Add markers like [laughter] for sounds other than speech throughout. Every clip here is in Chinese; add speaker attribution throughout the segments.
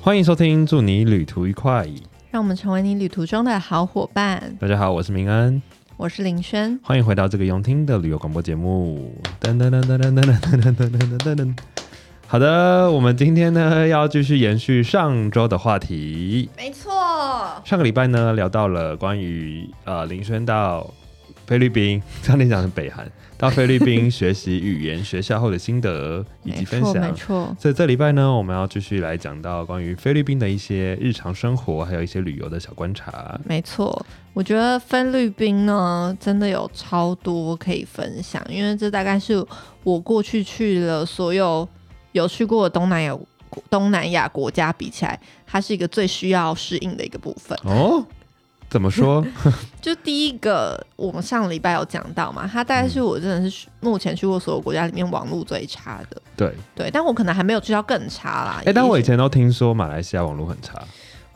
Speaker 1: 欢迎收听，祝你旅途愉快。
Speaker 2: 让我们成为你旅途中的好伙伴。
Speaker 1: 大家好，我是明安，
Speaker 2: 我是林轩，
Speaker 1: 欢迎回到这个用听的旅游广播节目。噔噔噔噔噔噔噔噔噔噔噔噔。好的，我们今天呢要继续延续上周的话题。
Speaker 2: 没错，
Speaker 1: 上个礼拜呢聊到了关于呃林轩到菲律宾，差点讲成北韩，到菲律宾学习语言学校后的心得以及
Speaker 2: 没
Speaker 1: 分
Speaker 2: 错，没
Speaker 1: 享。
Speaker 2: 错，
Speaker 1: 所以这礼拜呢，我们要继续来讲到关于菲律宾的一些日常生活，还有一些旅游的小观察。
Speaker 2: 没错。我觉得菲律宾呢，真的有超多可以分享，因为这大概是我过去去了所有有去过的东南亚东南亚国家比起来，它是一个最需要适应的一个部分。
Speaker 1: 哦，怎么
Speaker 2: [laughs]
Speaker 1: 说？
Speaker 2: 就第一个，我们上礼拜有讲到嘛，它大概
Speaker 1: 嗯
Speaker 2: 是我真的是目前去过所有国家里面网络最差的，
Speaker 1: 对，
Speaker 2: 对，但我可能还没有去到更差啦。
Speaker 1: 哎、但
Speaker 2: 也
Speaker 1: 我以
Speaker 2: 许
Speaker 1: 前都听说马来西亚网络很
Speaker 2: 啊
Speaker 1: 差，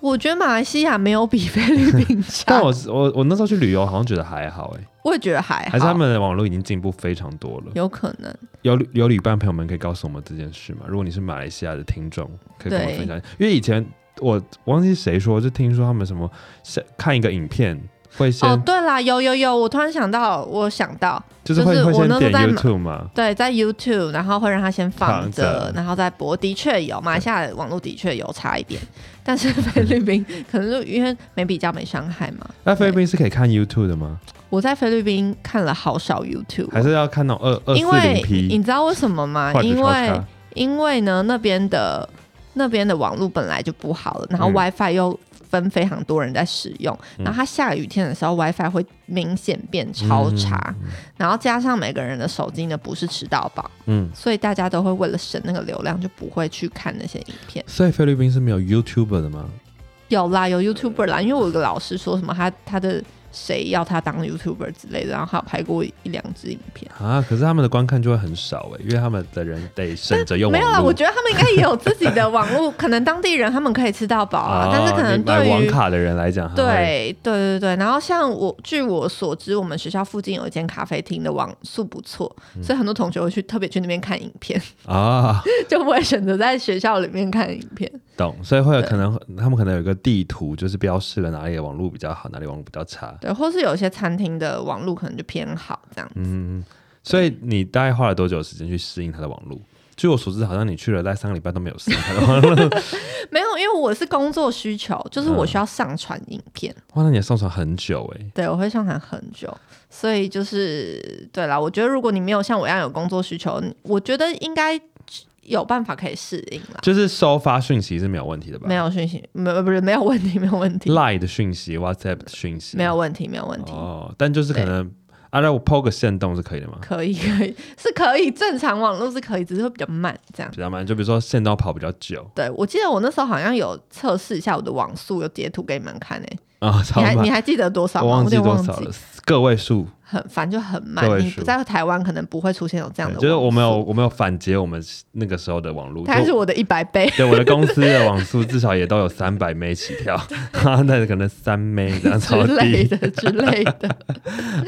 Speaker 2: 我觉得马来西亚没有比菲律宾差，
Speaker 1: 但我我我那时候去旅游好像觉得还好、欸，
Speaker 2: 我也觉得还好，
Speaker 1: 还是他们的网络已经进步非常多了。
Speaker 2: 有可能
Speaker 1: 有旅有旅伴朋友们可以告诉我们这件事吗？如果你是马来西亚的听众，可以跟我们
Speaker 2: 对
Speaker 1: 分享，因为以前我我忘记谁说，就听说他们什么是看一个影片会先、
Speaker 2: 哦。对啦，有有有，我突然想到，我想到，
Speaker 1: 就是
Speaker 2: 就
Speaker 1: 会
Speaker 2: 是
Speaker 1: 会
Speaker 2: 我
Speaker 1: 先
Speaker 2: 那时候
Speaker 1: 点
Speaker 2: 在马
Speaker 1: YouTube 嘛，
Speaker 2: 对，在 YouTube，然后会让它先放
Speaker 1: 放
Speaker 2: 着
Speaker 1: 着，
Speaker 2: 然后再播。的确有，马来西亚的网络的确有差一点，但是菲律宾 [laughs] 可能就因为没比较没伤害嘛。
Speaker 1: 那菲律宾是可以看 YouTube 的吗？
Speaker 2: 我在菲律宾看了好少 YouTube，啊
Speaker 1: 还是要看那种二二
Speaker 2: 因
Speaker 1: 四零
Speaker 2: 为
Speaker 1: P
Speaker 2: 你知道为什么吗？
Speaker 1: 画质
Speaker 2: 因
Speaker 1: 超
Speaker 2: 为
Speaker 1: 差？
Speaker 2: 因为呢，那边的那边的网络本来就不好了，然后
Speaker 1: 嗯
Speaker 2: WiFi 又分非常多人在使用，
Speaker 1: 嗯
Speaker 2: 然后它下雨天的时候 WiFi 会明显变超差，然后加上每个人的手机呢不是吃到饱，
Speaker 1: 嗯，
Speaker 2: 所以大家都会为了省那个流量就不会去看那些影片。
Speaker 1: 所以菲律宾是没有 YouTuber 的吗？
Speaker 2: 有啦，有 YouTuber 啦，因为我有个老师说什么他他的谁要他当 YouTuber 之类的，然后他有拍过一两支影片。
Speaker 1: 啊，可是他们的观看就会很少哎，因为他们的人得省着用
Speaker 2: 没有啦，
Speaker 1: 网络
Speaker 2: 我觉得他们应该也有自己的网络， [laughs] 可能当地人他们可以吃到饱啊，
Speaker 1: 哦
Speaker 2: 但是可能
Speaker 1: 你买
Speaker 2: 对
Speaker 1: 网
Speaker 2: 于
Speaker 1: 卡的人来讲，他会，
Speaker 2: 对对对对，然后像我，据我所知，我们学校附近有一间咖啡厅的网速不错，
Speaker 1: 嗯
Speaker 2: 所以很多同学会去特别去那边看影片， [laughs]
Speaker 1: 啊，
Speaker 2: 就不会选择在学校里面看影片。
Speaker 1: 懂，所以会有可能他们可能有一个地图，就是标示了哪里的网络比较好，哪里网络比较差。
Speaker 2: 对，或是有些餐厅的网路可能就偏好这样。
Speaker 1: 嗯，所以你大概花了多久时间去适应它的网络？据我所知，好像你去了大概三个礼拜都没有适应它的
Speaker 2: [laughs]
Speaker 1: 网络。
Speaker 2: 没有，因为我是工作需求，就是
Speaker 1: 嗯
Speaker 2: 我需要上传影片，
Speaker 1: 哇，那你也上传很久哎、
Speaker 2: 对我会上传很久，所以就是对啦，我觉得如果你没有像我一样有工作需求，你我觉得应该有办法可以适应啦。
Speaker 1: 就是收发讯息是没有问题的吧？
Speaker 2: 没有讯息，没有不是没有问题，没有问题。
Speaker 1: Line 的讯息、WhatsApp 的讯息，
Speaker 2: 没有问题，没有问题，
Speaker 1: 哦，但就是可能啊，那我抛个线动是可以的吗？
Speaker 2: 可以 [laughs] 可以是可以，正常网络是可以，只是会比较慢这样
Speaker 1: 比。较慢，就比如说线动跑比较久
Speaker 2: 对，我记得我那时候好像有测试一下我的网速，有截图给你们看诶、
Speaker 1: 啊，超
Speaker 2: 你还你
Speaker 1: 慢，
Speaker 2: 还记得多少吗？
Speaker 1: 我
Speaker 2: 我
Speaker 1: 忘
Speaker 2: 有
Speaker 1: 记
Speaker 2: 点
Speaker 1: 多
Speaker 2: 忘
Speaker 1: 少
Speaker 2: 记
Speaker 1: 了，，个位数。
Speaker 2: 很反正就很慢
Speaker 1: 个。位
Speaker 2: 你
Speaker 1: 数
Speaker 2: 不在台湾可能不会出现有这样的网速，
Speaker 1: 就是我们有我们有反截我们那个时候的网络，
Speaker 2: 大概是
Speaker 1: 就
Speaker 2: 我的一百倍。
Speaker 1: 对我的公司的网速至少也都有三百枚起
Speaker 2: [laughs]
Speaker 1: 跳， [laughs] 那可能三枚这样 [laughs]
Speaker 2: 之
Speaker 1: 超
Speaker 2: 类
Speaker 1: 低。
Speaker 2: 的
Speaker 1: [laughs]
Speaker 2: 之类的，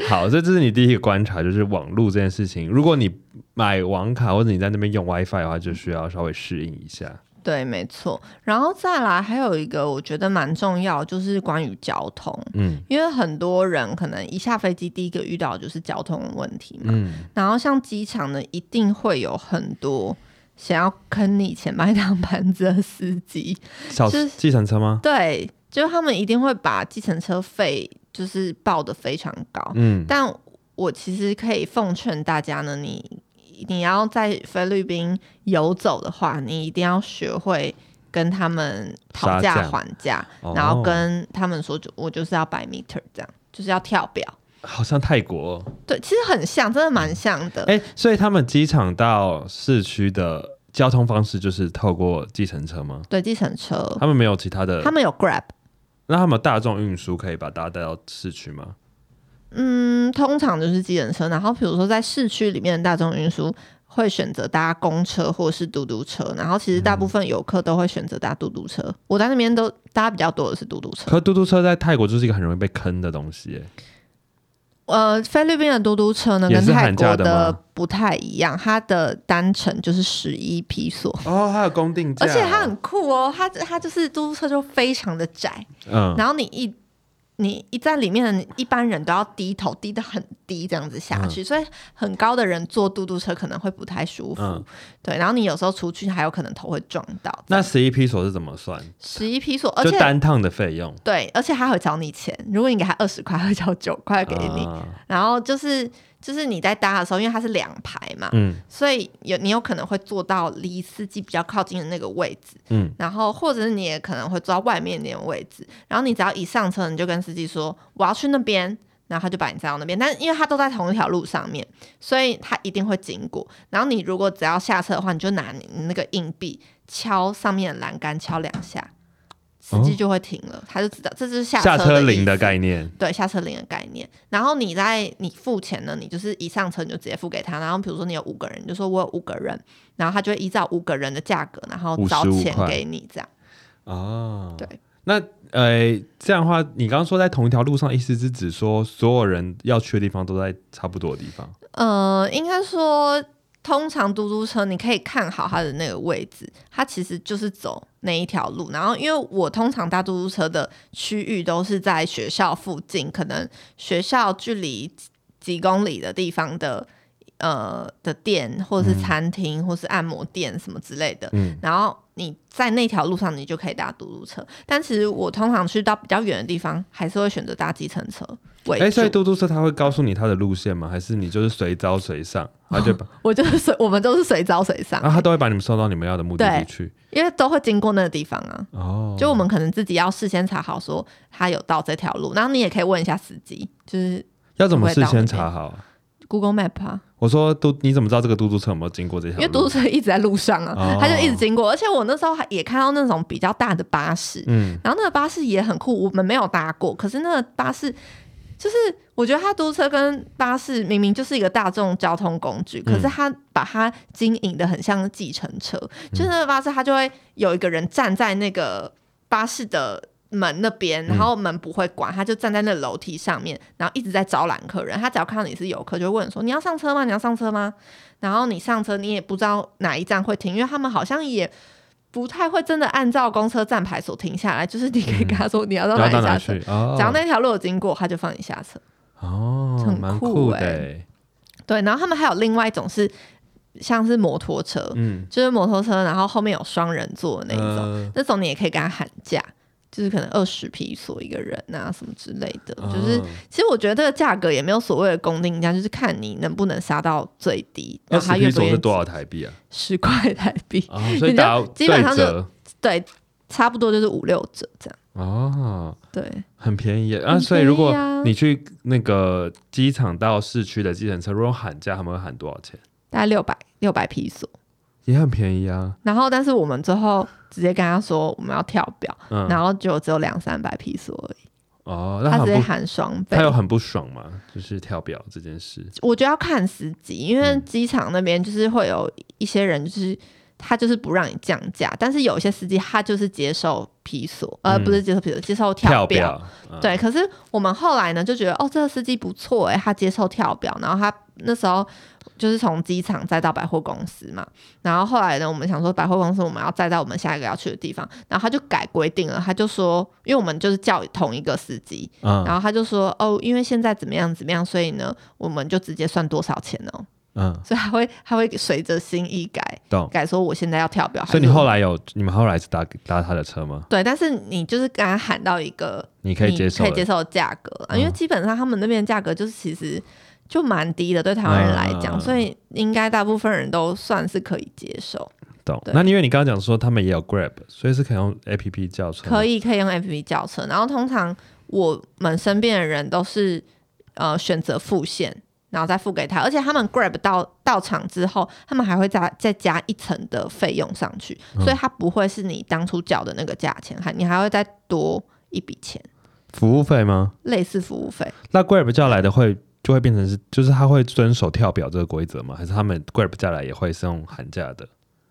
Speaker 1: 好，所以这是你第一个观察，就是网络这件事情。如果你买网卡或者你在那边用 WiFi 的话，就需要稍微适应一下。
Speaker 2: 对，没错。然后再来还有一个，我觉得蛮重要，就是关于交通，
Speaker 1: 嗯
Speaker 2: 因为很多人可能一下飞机第一个遇到的就是交通问题嘛。
Speaker 1: 嗯，
Speaker 2: 然后像机场呢，一定会有很多想要坑你钱买当盘子的司机，
Speaker 1: 小
Speaker 2: 就是
Speaker 1: 计程车吗？
Speaker 2: 对，就是他们一定会把计程车费就是报的非常高。
Speaker 1: 嗯，
Speaker 2: 但我其实可以奉劝大家呢，你你要在菲律宾游走的话，你一定要学会。跟他们讨
Speaker 1: 杀
Speaker 2: 价
Speaker 1: 价
Speaker 2: 还价，
Speaker 1: 哦
Speaker 2: 然后跟他们说，就我就是要百 meter 这样，就是要跳表。
Speaker 1: 好像泰国哦、
Speaker 2: 对，其实很像，真的蛮像的。
Speaker 1: 哎、所以他们机场到市区的交通方式就是透过计程车吗？
Speaker 2: 对，计程车，
Speaker 1: 他们没有其他的，
Speaker 2: 呃他们有 Grab，
Speaker 1: 那他们有大众运输可以把大家带到市区吗？
Speaker 2: 嗯，通常就是机人车，然后比如说在市区里面的大众运输会选择搭公车或是嘟嘟车，然后其实大部分游客都会选择搭嘟嘟车。我在那边都搭比较多的是嘟嘟车，
Speaker 1: 可嘟嘟车在泰国就是一个很容易被坑的东西耶，
Speaker 2: 呃，菲律宾的嘟嘟车呢，
Speaker 1: 也
Speaker 2: 跟
Speaker 1: 是
Speaker 2: 泰
Speaker 1: 寒假
Speaker 2: 国
Speaker 1: 的
Speaker 2: 的
Speaker 1: 吗
Speaker 2: 不太一样，它的单程就是十一披索，
Speaker 1: 哦，还有公定价，
Speaker 2: 而且它很酷哦，它它就是嘟嘟车就非常的窄，
Speaker 1: 嗯，
Speaker 2: 然后你一你一站里面的一般人都要低头，低得很低这样子下
Speaker 1: 嗯
Speaker 2: 去，所以很高的人坐嘟嘟车可能会不太舒服。
Speaker 1: 嗯
Speaker 2: 对，然后你有时候出去还有可能头会撞到。
Speaker 1: 那十一批索是怎么算？
Speaker 2: 十一批索，而
Speaker 1: 就
Speaker 2: 且
Speaker 1: 单趟的费用
Speaker 2: 对，而且他会找你钱，如果你给他二十块，他会找九块给你。
Speaker 1: 啊
Speaker 2: 然后就是就是你在搭的时候，因为它是两排嘛，
Speaker 1: 嗯
Speaker 2: 所以有你有可能会坐到离司机比较靠近的那个位置，
Speaker 1: 嗯，
Speaker 2: 然后或者是你也可能会坐到外面一点的位置，然后你只要一上车，你就跟司机说我要去那边。然后他就把你载到那边，但是因为他都在同一条路上面，所以他一定会经过。然后你如果只要下车的话，你就拿你那个硬币敲上面的栏杆敲两下，司机
Speaker 1: 哦
Speaker 2: 就会停了，他就知道这就是下
Speaker 1: 下
Speaker 2: 车
Speaker 1: 车铃
Speaker 2: 的
Speaker 1: 的
Speaker 2: 意思
Speaker 1: 概念，
Speaker 2: 对下车铃的概念。然后你在你付钱呢，你就是一上车你就直接付给他。然后比如说你有五个人，你就说我有五个人，然后他就会依照五个人的价格，然后找
Speaker 1: 55
Speaker 2: 钱
Speaker 1: 块
Speaker 2: 给你这样。
Speaker 1: 哦，
Speaker 2: 对。
Speaker 1: 那呃，这样的话，你刚刚说在同一条路上，意思是指说所有人要去的地方都在差不多的地方，
Speaker 2: 呃，应该说，通常嘟嘟车你可以看好它的那个位置，它其实就是走那一条路。然后，因为我通常搭嘟嘟车的区域都是在学校附近，可能学校距离几几公里的地方的呃的店，或者是餐厅，或是按摩店什么之类的。
Speaker 1: 嗯
Speaker 2: 然后你在那条路上，你就可以搭嘟嘟车。但其实我通常去到比较远的地方，还是会选择搭计程车为主。
Speaker 1: 哎，所以嘟嘟车它会告诉你它的路线吗？还是你就是随招随上，
Speaker 2: 哦
Speaker 1: 啊对吧？
Speaker 2: 我就是随，我们都是随招随上。
Speaker 1: 然后它都会把你们送到你们要的目的地
Speaker 2: 对
Speaker 1: 去。
Speaker 2: 因为都会经过那个地方啊。
Speaker 1: 哦，
Speaker 2: 就我们可能自己要事先查好，说他有到这条路，然后你也可以问一下司机，就是
Speaker 1: 要怎么
Speaker 2: 会
Speaker 1: 事
Speaker 2: 到
Speaker 1: 先
Speaker 2: 那
Speaker 1: 查
Speaker 2: 边
Speaker 1: 好啊？
Speaker 2: Google Map 啊，
Speaker 1: 我说嘟，你怎么知道这个嘟嘟车有没有经过这条
Speaker 2: 因
Speaker 1: 路？
Speaker 2: 为嘟嘟车一直在路上啊
Speaker 1: 哦，
Speaker 2: 他就一直经过。而且我那时候还也看到那种比较大的巴士，
Speaker 1: 嗯，
Speaker 2: 然后那个巴士也很酷，我们没有搭过，可是那个巴士就是我觉得它嘟车跟巴士明明就是一个大众交通工具，可是它把它经营的很像计程车，就是那个巴士它就会有一个人站在那个巴士的。门那边，然后门不会关，他就站在那楼梯上面，然后一直在招揽客人。他只要看到你是游客，就会问说：“你要上车吗？你要上车吗？”然后你上车，你也不知道哪一站会停，因为他们好像也不太会真的按照公车站牌所停下来，就是你可以跟他说你要到
Speaker 1: 然后
Speaker 2: 哪
Speaker 1: 到
Speaker 2: 里
Speaker 1: 哪
Speaker 2: 下
Speaker 1: 里
Speaker 2: 车，
Speaker 1: 去？哦，
Speaker 2: 只要那条路有经过，他就放你下车。
Speaker 1: 哦
Speaker 2: 很，
Speaker 1: 蛮
Speaker 2: 酷
Speaker 1: 酷的
Speaker 2: 欸
Speaker 1: 欸，
Speaker 2: 对，然后他们还有另外一种是像是摩托车，
Speaker 1: 嗯，
Speaker 2: 就是摩托车，然后后面有双人座的那一种，
Speaker 1: 呃
Speaker 2: 那种你也可以跟他喊价，就是可能二十匹索一个人啊什么之类的，就是
Speaker 1: 哦
Speaker 2: 其实我觉得这个价格也没有所谓的公定价，就是看你能不能杀到最低，
Speaker 1: 二
Speaker 2: 然后
Speaker 1: 十
Speaker 2: 他
Speaker 1: 批
Speaker 2: 愿不
Speaker 1: 索
Speaker 2: 愿
Speaker 1: 是
Speaker 2: 意
Speaker 1: 多少台币啊？
Speaker 2: 十块台币， [laughs]
Speaker 1: 哦，所以
Speaker 2: 你知
Speaker 1: 打
Speaker 2: 道基本上
Speaker 1: 对
Speaker 2: 就
Speaker 1: 折
Speaker 2: 对，差不多就是五六折这样。
Speaker 1: 哦，
Speaker 2: 对，
Speaker 1: 很便宜耶啊！
Speaker 2: 很
Speaker 1: 所以
Speaker 2: 便
Speaker 1: 如
Speaker 2: 宜
Speaker 1: 果
Speaker 2: 啊
Speaker 1: 你去那个机场到市区的计程车，如果喊价，他们会喊多少钱？
Speaker 2: 大概六百六百披索。
Speaker 1: 也很便宜啊，
Speaker 2: 然后，但是我们最后直接跟他说我们要跳表，
Speaker 1: 嗯，
Speaker 2: 然后就只有两三百披索而已，
Speaker 1: 哦，那
Speaker 2: 他直
Speaker 1: 很
Speaker 2: 接
Speaker 1: 不，
Speaker 2: 喊双倍
Speaker 1: 他。有很不爽嘛，就是跳表这件事，
Speaker 2: 我觉得要看司机，因为
Speaker 1: 嗯
Speaker 2: 机场那边就是会有一些人就是。他就是不让你降价，但是有些司机他就是接受披索，呃，
Speaker 1: 嗯
Speaker 2: 不是接受披索，接受
Speaker 1: 跳
Speaker 2: 跳表。，
Speaker 1: 嗯
Speaker 2: 对，可是我们后来呢就觉得，哦，这个司机不错哎，他接受跳表，然后他那时候就是从机场再到百货公司嘛，然后后来呢，我们想说百货公司我们要再到我们下一个要去的地方，然后他就改规定了，他就说，因为我们就是叫同一个司机，然
Speaker 1: 嗯
Speaker 2: 后他就说，哦，因为现在怎么样怎么样，所以呢，我们就直接算多少钱哦，
Speaker 1: 嗯，
Speaker 2: 所以他会他会随着心意改
Speaker 1: 懂。
Speaker 2: 改，说我现在要跳表，
Speaker 1: 所以
Speaker 2: 还
Speaker 1: 你
Speaker 2: 是
Speaker 1: 后来有，你们后来是搭搭他的车吗？
Speaker 2: 对，但是你就是跟他喊到一个。
Speaker 1: 你可以接受的，
Speaker 2: 可以接受的价格啊，
Speaker 1: 嗯
Speaker 2: 因为基本上他们那边的价格就是其实就蛮低的，对台湾人来
Speaker 1: 嗯嗯
Speaker 2: 讲，
Speaker 1: 嗯
Speaker 2: 所以应该大部分人都算是可以接受，
Speaker 1: 懂。
Speaker 2: 对
Speaker 1: 那因为你刚刚讲说他们也有 Grab，所以是可以用 A P P 叫车吗，
Speaker 2: 可以可以用 APP 叫车，然后通常我们身边的人都是呃选择付现。然后再付给他，而且他们 Grab 到到场之后，他们还会再再加一层的费用上去，
Speaker 1: 嗯
Speaker 2: 所以它不会是你当初缴的那个价钱，还你还会再多一笔钱，
Speaker 1: 服务费吗？
Speaker 2: 类似服务费。
Speaker 1: 那 Grab 叫来的会就会变成是，就是他会遵守跳表这个规则吗？还是他们 Grab 叫来也会是用喊价的？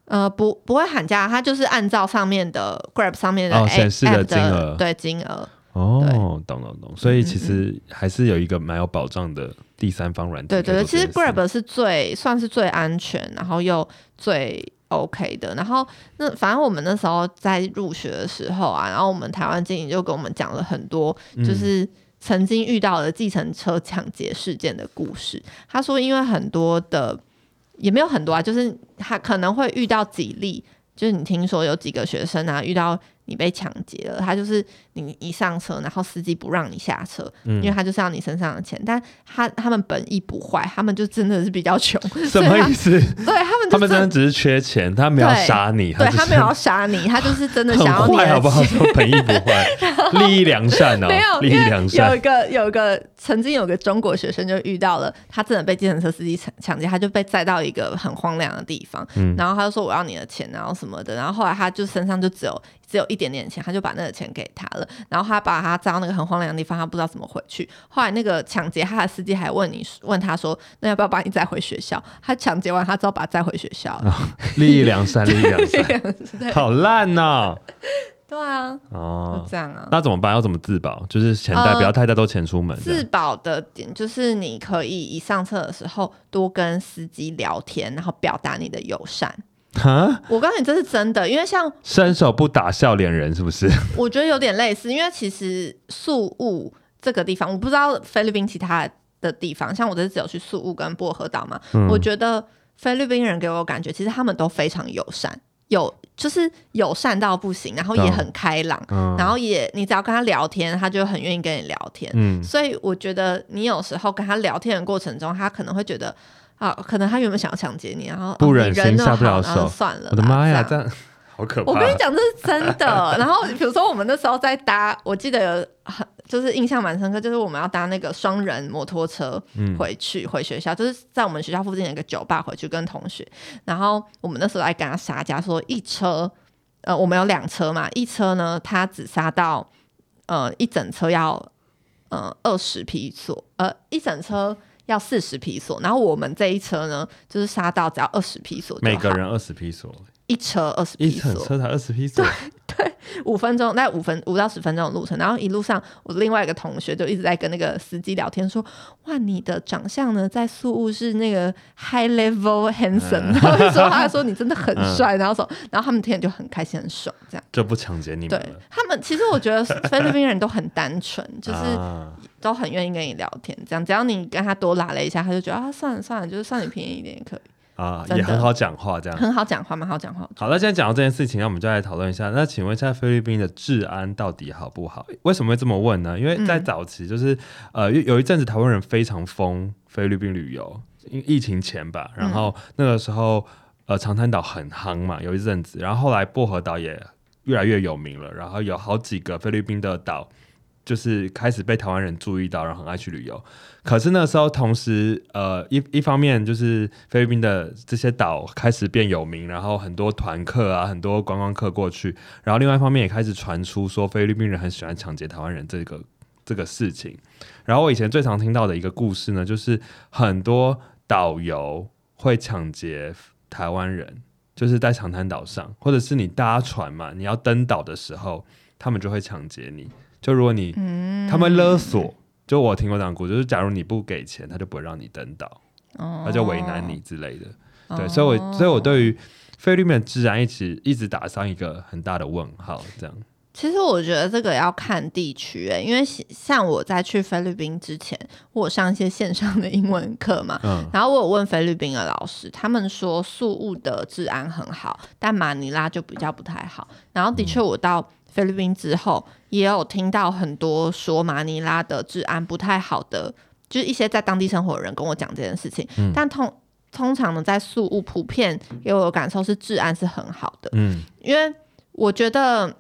Speaker 2: 呃，不不会喊价，它就是按照上面的 Grab 上面的
Speaker 1: 哦
Speaker 2: A-
Speaker 1: 显示的
Speaker 2: app
Speaker 1: 金额
Speaker 2: 对金额，嗯
Speaker 1: 哦，懂懂懂，所以其实还是有一个蛮有保障的第三方软件
Speaker 2: 对
Speaker 1: 在
Speaker 2: 对
Speaker 1: 做
Speaker 2: 对，
Speaker 1: 这
Speaker 2: 其
Speaker 1: 件事。
Speaker 2: 实 Grab 是最算是最安全，然后又最 OK 的。然后那反正我们那时候在入学的时候啊，然后我们台湾经理就跟我们讲了很多，
Speaker 1: 嗯
Speaker 2: 就是曾经遇到的计程车抢劫事件的故事。他说，因为很多的也没有很多啊，就是他可能会遇到几例，就是你听说有几个学生啊遇到。你被抢劫了，他就是你一上车，然后司机不让你下车，
Speaker 1: 嗯
Speaker 2: 因为他就是要你身上的钱，但他他们本意不坏，他们就真的是比较穷，
Speaker 1: 什
Speaker 2: 所以
Speaker 1: 么
Speaker 2: 他
Speaker 1: 意思？
Speaker 2: 对他
Speaker 1: [laughs] 他
Speaker 2: 们就
Speaker 1: 们真的只是缺钱，他没有
Speaker 2: 对
Speaker 1: 杀你，
Speaker 2: 对
Speaker 1: 只
Speaker 2: 他
Speaker 1: 是
Speaker 2: 没有要杀你，他就是真的想要
Speaker 1: 很
Speaker 2: 你
Speaker 1: 坏，好
Speaker 2: 的
Speaker 1: 不好？
Speaker 2: 钱。
Speaker 1: 说本意不
Speaker 2: [laughs]
Speaker 1: 坏，利益良善哦，
Speaker 2: 没有，
Speaker 1: 利益
Speaker 2: 因为
Speaker 1: 良
Speaker 2: 有
Speaker 1: 善
Speaker 2: 一。个有一个曾经有个中国学生就遇到了，他真的被计程车司机抢抢劫，他就被载到一个很荒凉的地方，
Speaker 1: 嗯
Speaker 2: 然后他就说我要你的钱，然后什么的，然后后来他就身上就只有只有一点点钱，他就把那个钱给他了，然后他把他载到那个很荒凉的地方，他不知道怎么回去。后来那个抢劫他的司机还问你问他说，那要不要把你载回学校？他抢劫完，他只好把他载回学校。
Speaker 1: 哦利益良善，利益良善，
Speaker 2: [laughs] 对
Speaker 1: 好烂呐！
Speaker 2: 对啊，就
Speaker 1: 哦，
Speaker 2: 这样啊。
Speaker 1: 那怎么办？要怎么自保？就是钱袋
Speaker 2: 呃
Speaker 1: 不要太带多钱出门。这
Speaker 2: 自
Speaker 1: 样
Speaker 2: 保的点就是你可以一上车的时候多跟司机聊天，然后表达你的友善。
Speaker 1: 哈，
Speaker 2: 我告诉你，这是真的，因为像
Speaker 1: 伸手不打笑脸人是不
Speaker 2: [laughs]
Speaker 1: 是？
Speaker 2: 我觉得有点类似，因为其实宿务这个地方，我不知道菲律宾其他的地方，像我这次只有去宿务跟薄荷岛嘛，
Speaker 1: 嗯
Speaker 2: 我觉得菲律宾人给我感觉，其实他们都非常友善，有就是友善到不行，然后也
Speaker 1: 懂
Speaker 2: 很开朗，
Speaker 1: 嗯
Speaker 2: 然后也你只要跟他聊天，他就很愿意跟你聊天。
Speaker 1: 嗯，
Speaker 2: 所以我觉得你有时候跟他聊天的过程中，他可能会觉得啊，可能他原本想要抢劫你，然后
Speaker 1: 不
Speaker 2: 哦
Speaker 1: 忍
Speaker 2: 你
Speaker 1: 心
Speaker 2: 人那么
Speaker 1: 下不
Speaker 2: 好
Speaker 1: 了
Speaker 2: 然后
Speaker 1: 手
Speaker 2: 算了啦。
Speaker 1: 我的妈呀，
Speaker 2: 这
Speaker 1: 这
Speaker 2: 样
Speaker 1: 样好可怕！
Speaker 2: [laughs] 我跟你讲，这是真
Speaker 1: [laughs]
Speaker 2: 的。然后比如说我们那时候在搭，我记得有很就是印象蛮深刻，就是我们要搭那个双人摩托车
Speaker 1: 嗯
Speaker 2: 回去、回学校，就是在我们学校附近的一个酒吧回去跟同学。然后我们那时候还跟他杀价，说一车，呃，我们有两车嘛，一车呢他只杀到呃一整车要呃二十匹索，呃一整车。要四十匹索，然后我们这一车呢，就是杀到只要二十匹索就好，
Speaker 1: 每个人二十披索，
Speaker 2: 一车二十
Speaker 1: 一
Speaker 2: 匹
Speaker 1: 层
Speaker 2: 索，
Speaker 1: 车才二十披索，
Speaker 2: 五分钟，大概五分五到十分钟的路程，然后一路上，我另外一个同学就一直在跟那个司机聊天，说：“哇，你的长相呢，在宿务是那个 high level
Speaker 1: 嗯
Speaker 2: handsome。然后就说 [laughs] 他说你真的很帅，然后说，然后他们听了就很开心很爽，这样。
Speaker 1: 这不抢劫你们
Speaker 2: 对
Speaker 1: 了？
Speaker 2: 他们，其实我觉得菲律宾人都很单纯，就是
Speaker 1: 啊
Speaker 2: 都很愿意跟你聊天，这样只要你跟他多拉了一下，他就觉得啊，算了算了，就是算你便宜一点也可以，
Speaker 1: 啊，
Speaker 2: 真
Speaker 1: 也
Speaker 2: 的
Speaker 1: 很好讲话这样。
Speaker 2: 很好讲话，蛮好讲话。
Speaker 1: 好，那现在讲到这件事情，那我们就来讨论一下。那请问一下，菲律宾的治安到底好不好？为什么会这么问呢？因为在早期，就是、呃，有有一阵子台湾人非常疯菲律宾旅游，因疫情前吧，然后那个时候呃长滩岛很夯嘛，有一阵子，然后后来薄荷岛也越来越有名了，然后有好几个菲律宾的岛。就是开始被台湾人注意到，然后很爱去旅游。可是那时候，同时，呃，一一方面就是菲律宾的这些岛开始变有名，然后很多团客啊，很多观光客过去。然后另外一方面也开始传出说菲律宾人很喜欢抢劫台湾人这个这个事情。然后我以前最常听到的一个故事呢，就是很多导游会抢劫台湾人，就是在长滩岛上，或者是你搭船嘛，你要登岛的时候，他们就会抢劫你。就如果你，他们勒索。就我听过这样的故事，就是假如你不给钱，他就不会让你登岛，
Speaker 2: 哦
Speaker 1: 他就为难你之类的。
Speaker 2: 哦
Speaker 1: 对，所以我所以我对于菲律宾的治安一直一直打上一个很大的问号，这样。
Speaker 2: 其实我觉得这个要看地区、欸，因为像像我在去菲律宾之前，我有上一些线上的英文课嘛，
Speaker 1: 嗯，
Speaker 2: 然后我有问菲律宾的老师，他们说宿务的治安很好，但马尼拉就比较不太好。然
Speaker 1: 嗯
Speaker 2: 后的确，我到菲律宾之后，也有听到很多说马尼拉的治安不太好的，就是一些在当地生活的人跟我讲这件事情。
Speaker 1: 嗯
Speaker 2: 但通通常呢，在宿务普遍给我的感受是治安是很好的。
Speaker 1: 嗯，
Speaker 2: 因为我觉得，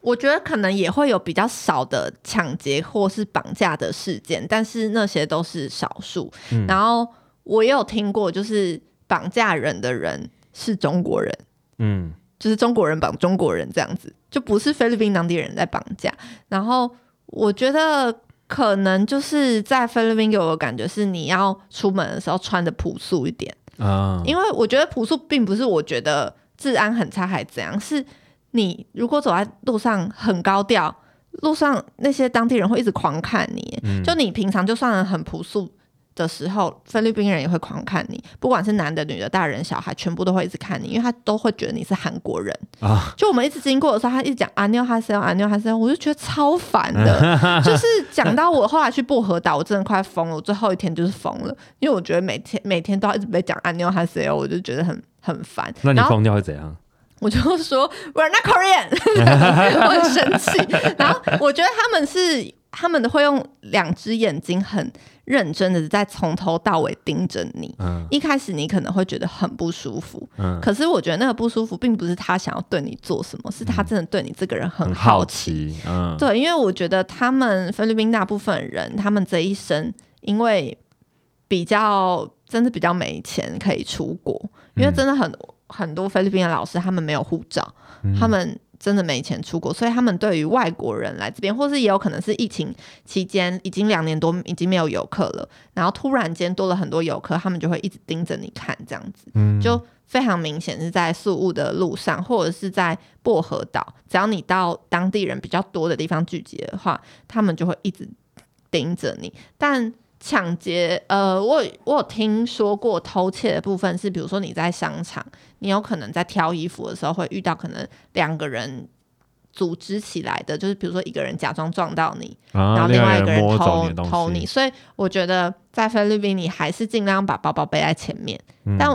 Speaker 2: 我觉得可能也会有比较少的抢劫或是绑架的事件，但是那些都是少数。
Speaker 1: 嗯
Speaker 2: 然后我也有听过，就是绑架人的人是中国人，
Speaker 1: 嗯
Speaker 2: 就是中国人绑中国人这样子，就不是菲律宾当地人在绑架。然后我觉得可能就是在菲律宾给我的感觉是，你要出门的时候穿的朴素一点。
Speaker 1: 啊，
Speaker 2: 因为我觉得朴素并不是我觉得治安很差还怎样，是你如果走在路上很高调，路上那些当地人会一直狂看你，
Speaker 1: 嗯
Speaker 2: 就你平常就算很朴素的时候，菲律宾人也会狂看你，不管是男的、女的、大人、小孩，全部都会一直看你，因为他都会觉得你是韩国人。
Speaker 1: 啊，
Speaker 2: 就我们一直经过的时候，他一直讲阿妞哈塞欧阿妞哈塞欧，我就觉得超烦的。就是讲到我后来去薄荷岛，我真的快疯了。我最后一天就是疯了，因为我觉得每天每天都要一直被讲阿妞哈塞欧，我就觉得很很烦。
Speaker 1: 那你
Speaker 2: 然后
Speaker 1: 疯掉会怎样？
Speaker 2: 我就说 We're not Korean，我 [laughs] 很生气。然后我觉得他们是他们会用两只眼睛很认真的在从头到尾盯着你。
Speaker 1: 嗯
Speaker 2: 一开始你可能会觉得很不舒服，
Speaker 1: 嗯，
Speaker 2: 可是我觉得那个不舒服并不是他想要对你做什么，是他真的对你这个人很
Speaker 1: 很
Speaker 2: 好
Speaker 1: 好
Speaker 2: 奇。
Speaker 1: 奇，嗯，
Speaker 2: 对，因为我觉得他们菲律宾大部分人，他们这一生因为比较真的比较没钱可以出国，因为
Speaker 1: 嗯
Speaker 2: 真的很、很多菲律宾的老师他们没有护照，
Speaker 1: 嗯
Speaker 2: 他们真的没钱出国，所以他们对于外国人来这边，或是也有可能是疫情期间已经两年多已经没有游客了，然后突然间多了很多游客，他们就会一直盯着你看这样子。
Speaker 1: 嗯
Speaker 2: 就非常明显是在宿务的路上，或者是在薄荷岛，只要你到当地人比较多的地方聚集的话，他们就会一直盯着你。但抢劫，呃，我有我有听说过偷窃的部分是，比如说你在商场，你有可能在挑衣服的时候会遇到可能两个人。组织起来的，就是比如说一个人假装撞到你，然
Speaker 1: 然
Speaker 2: 后另外一个人
Speaker 1: 摸走
Speaker 2: 偷
Speaker 1: 你的
Speaker 2: 偷
Speaker 1: 东
Speaker 2: 你，
Speaker 1: 西，
Speaker 2: 所以我觉得在菲律宾你还是尽量把包包背在前面，
Speaker 1: 嗯
Speaker 2: 但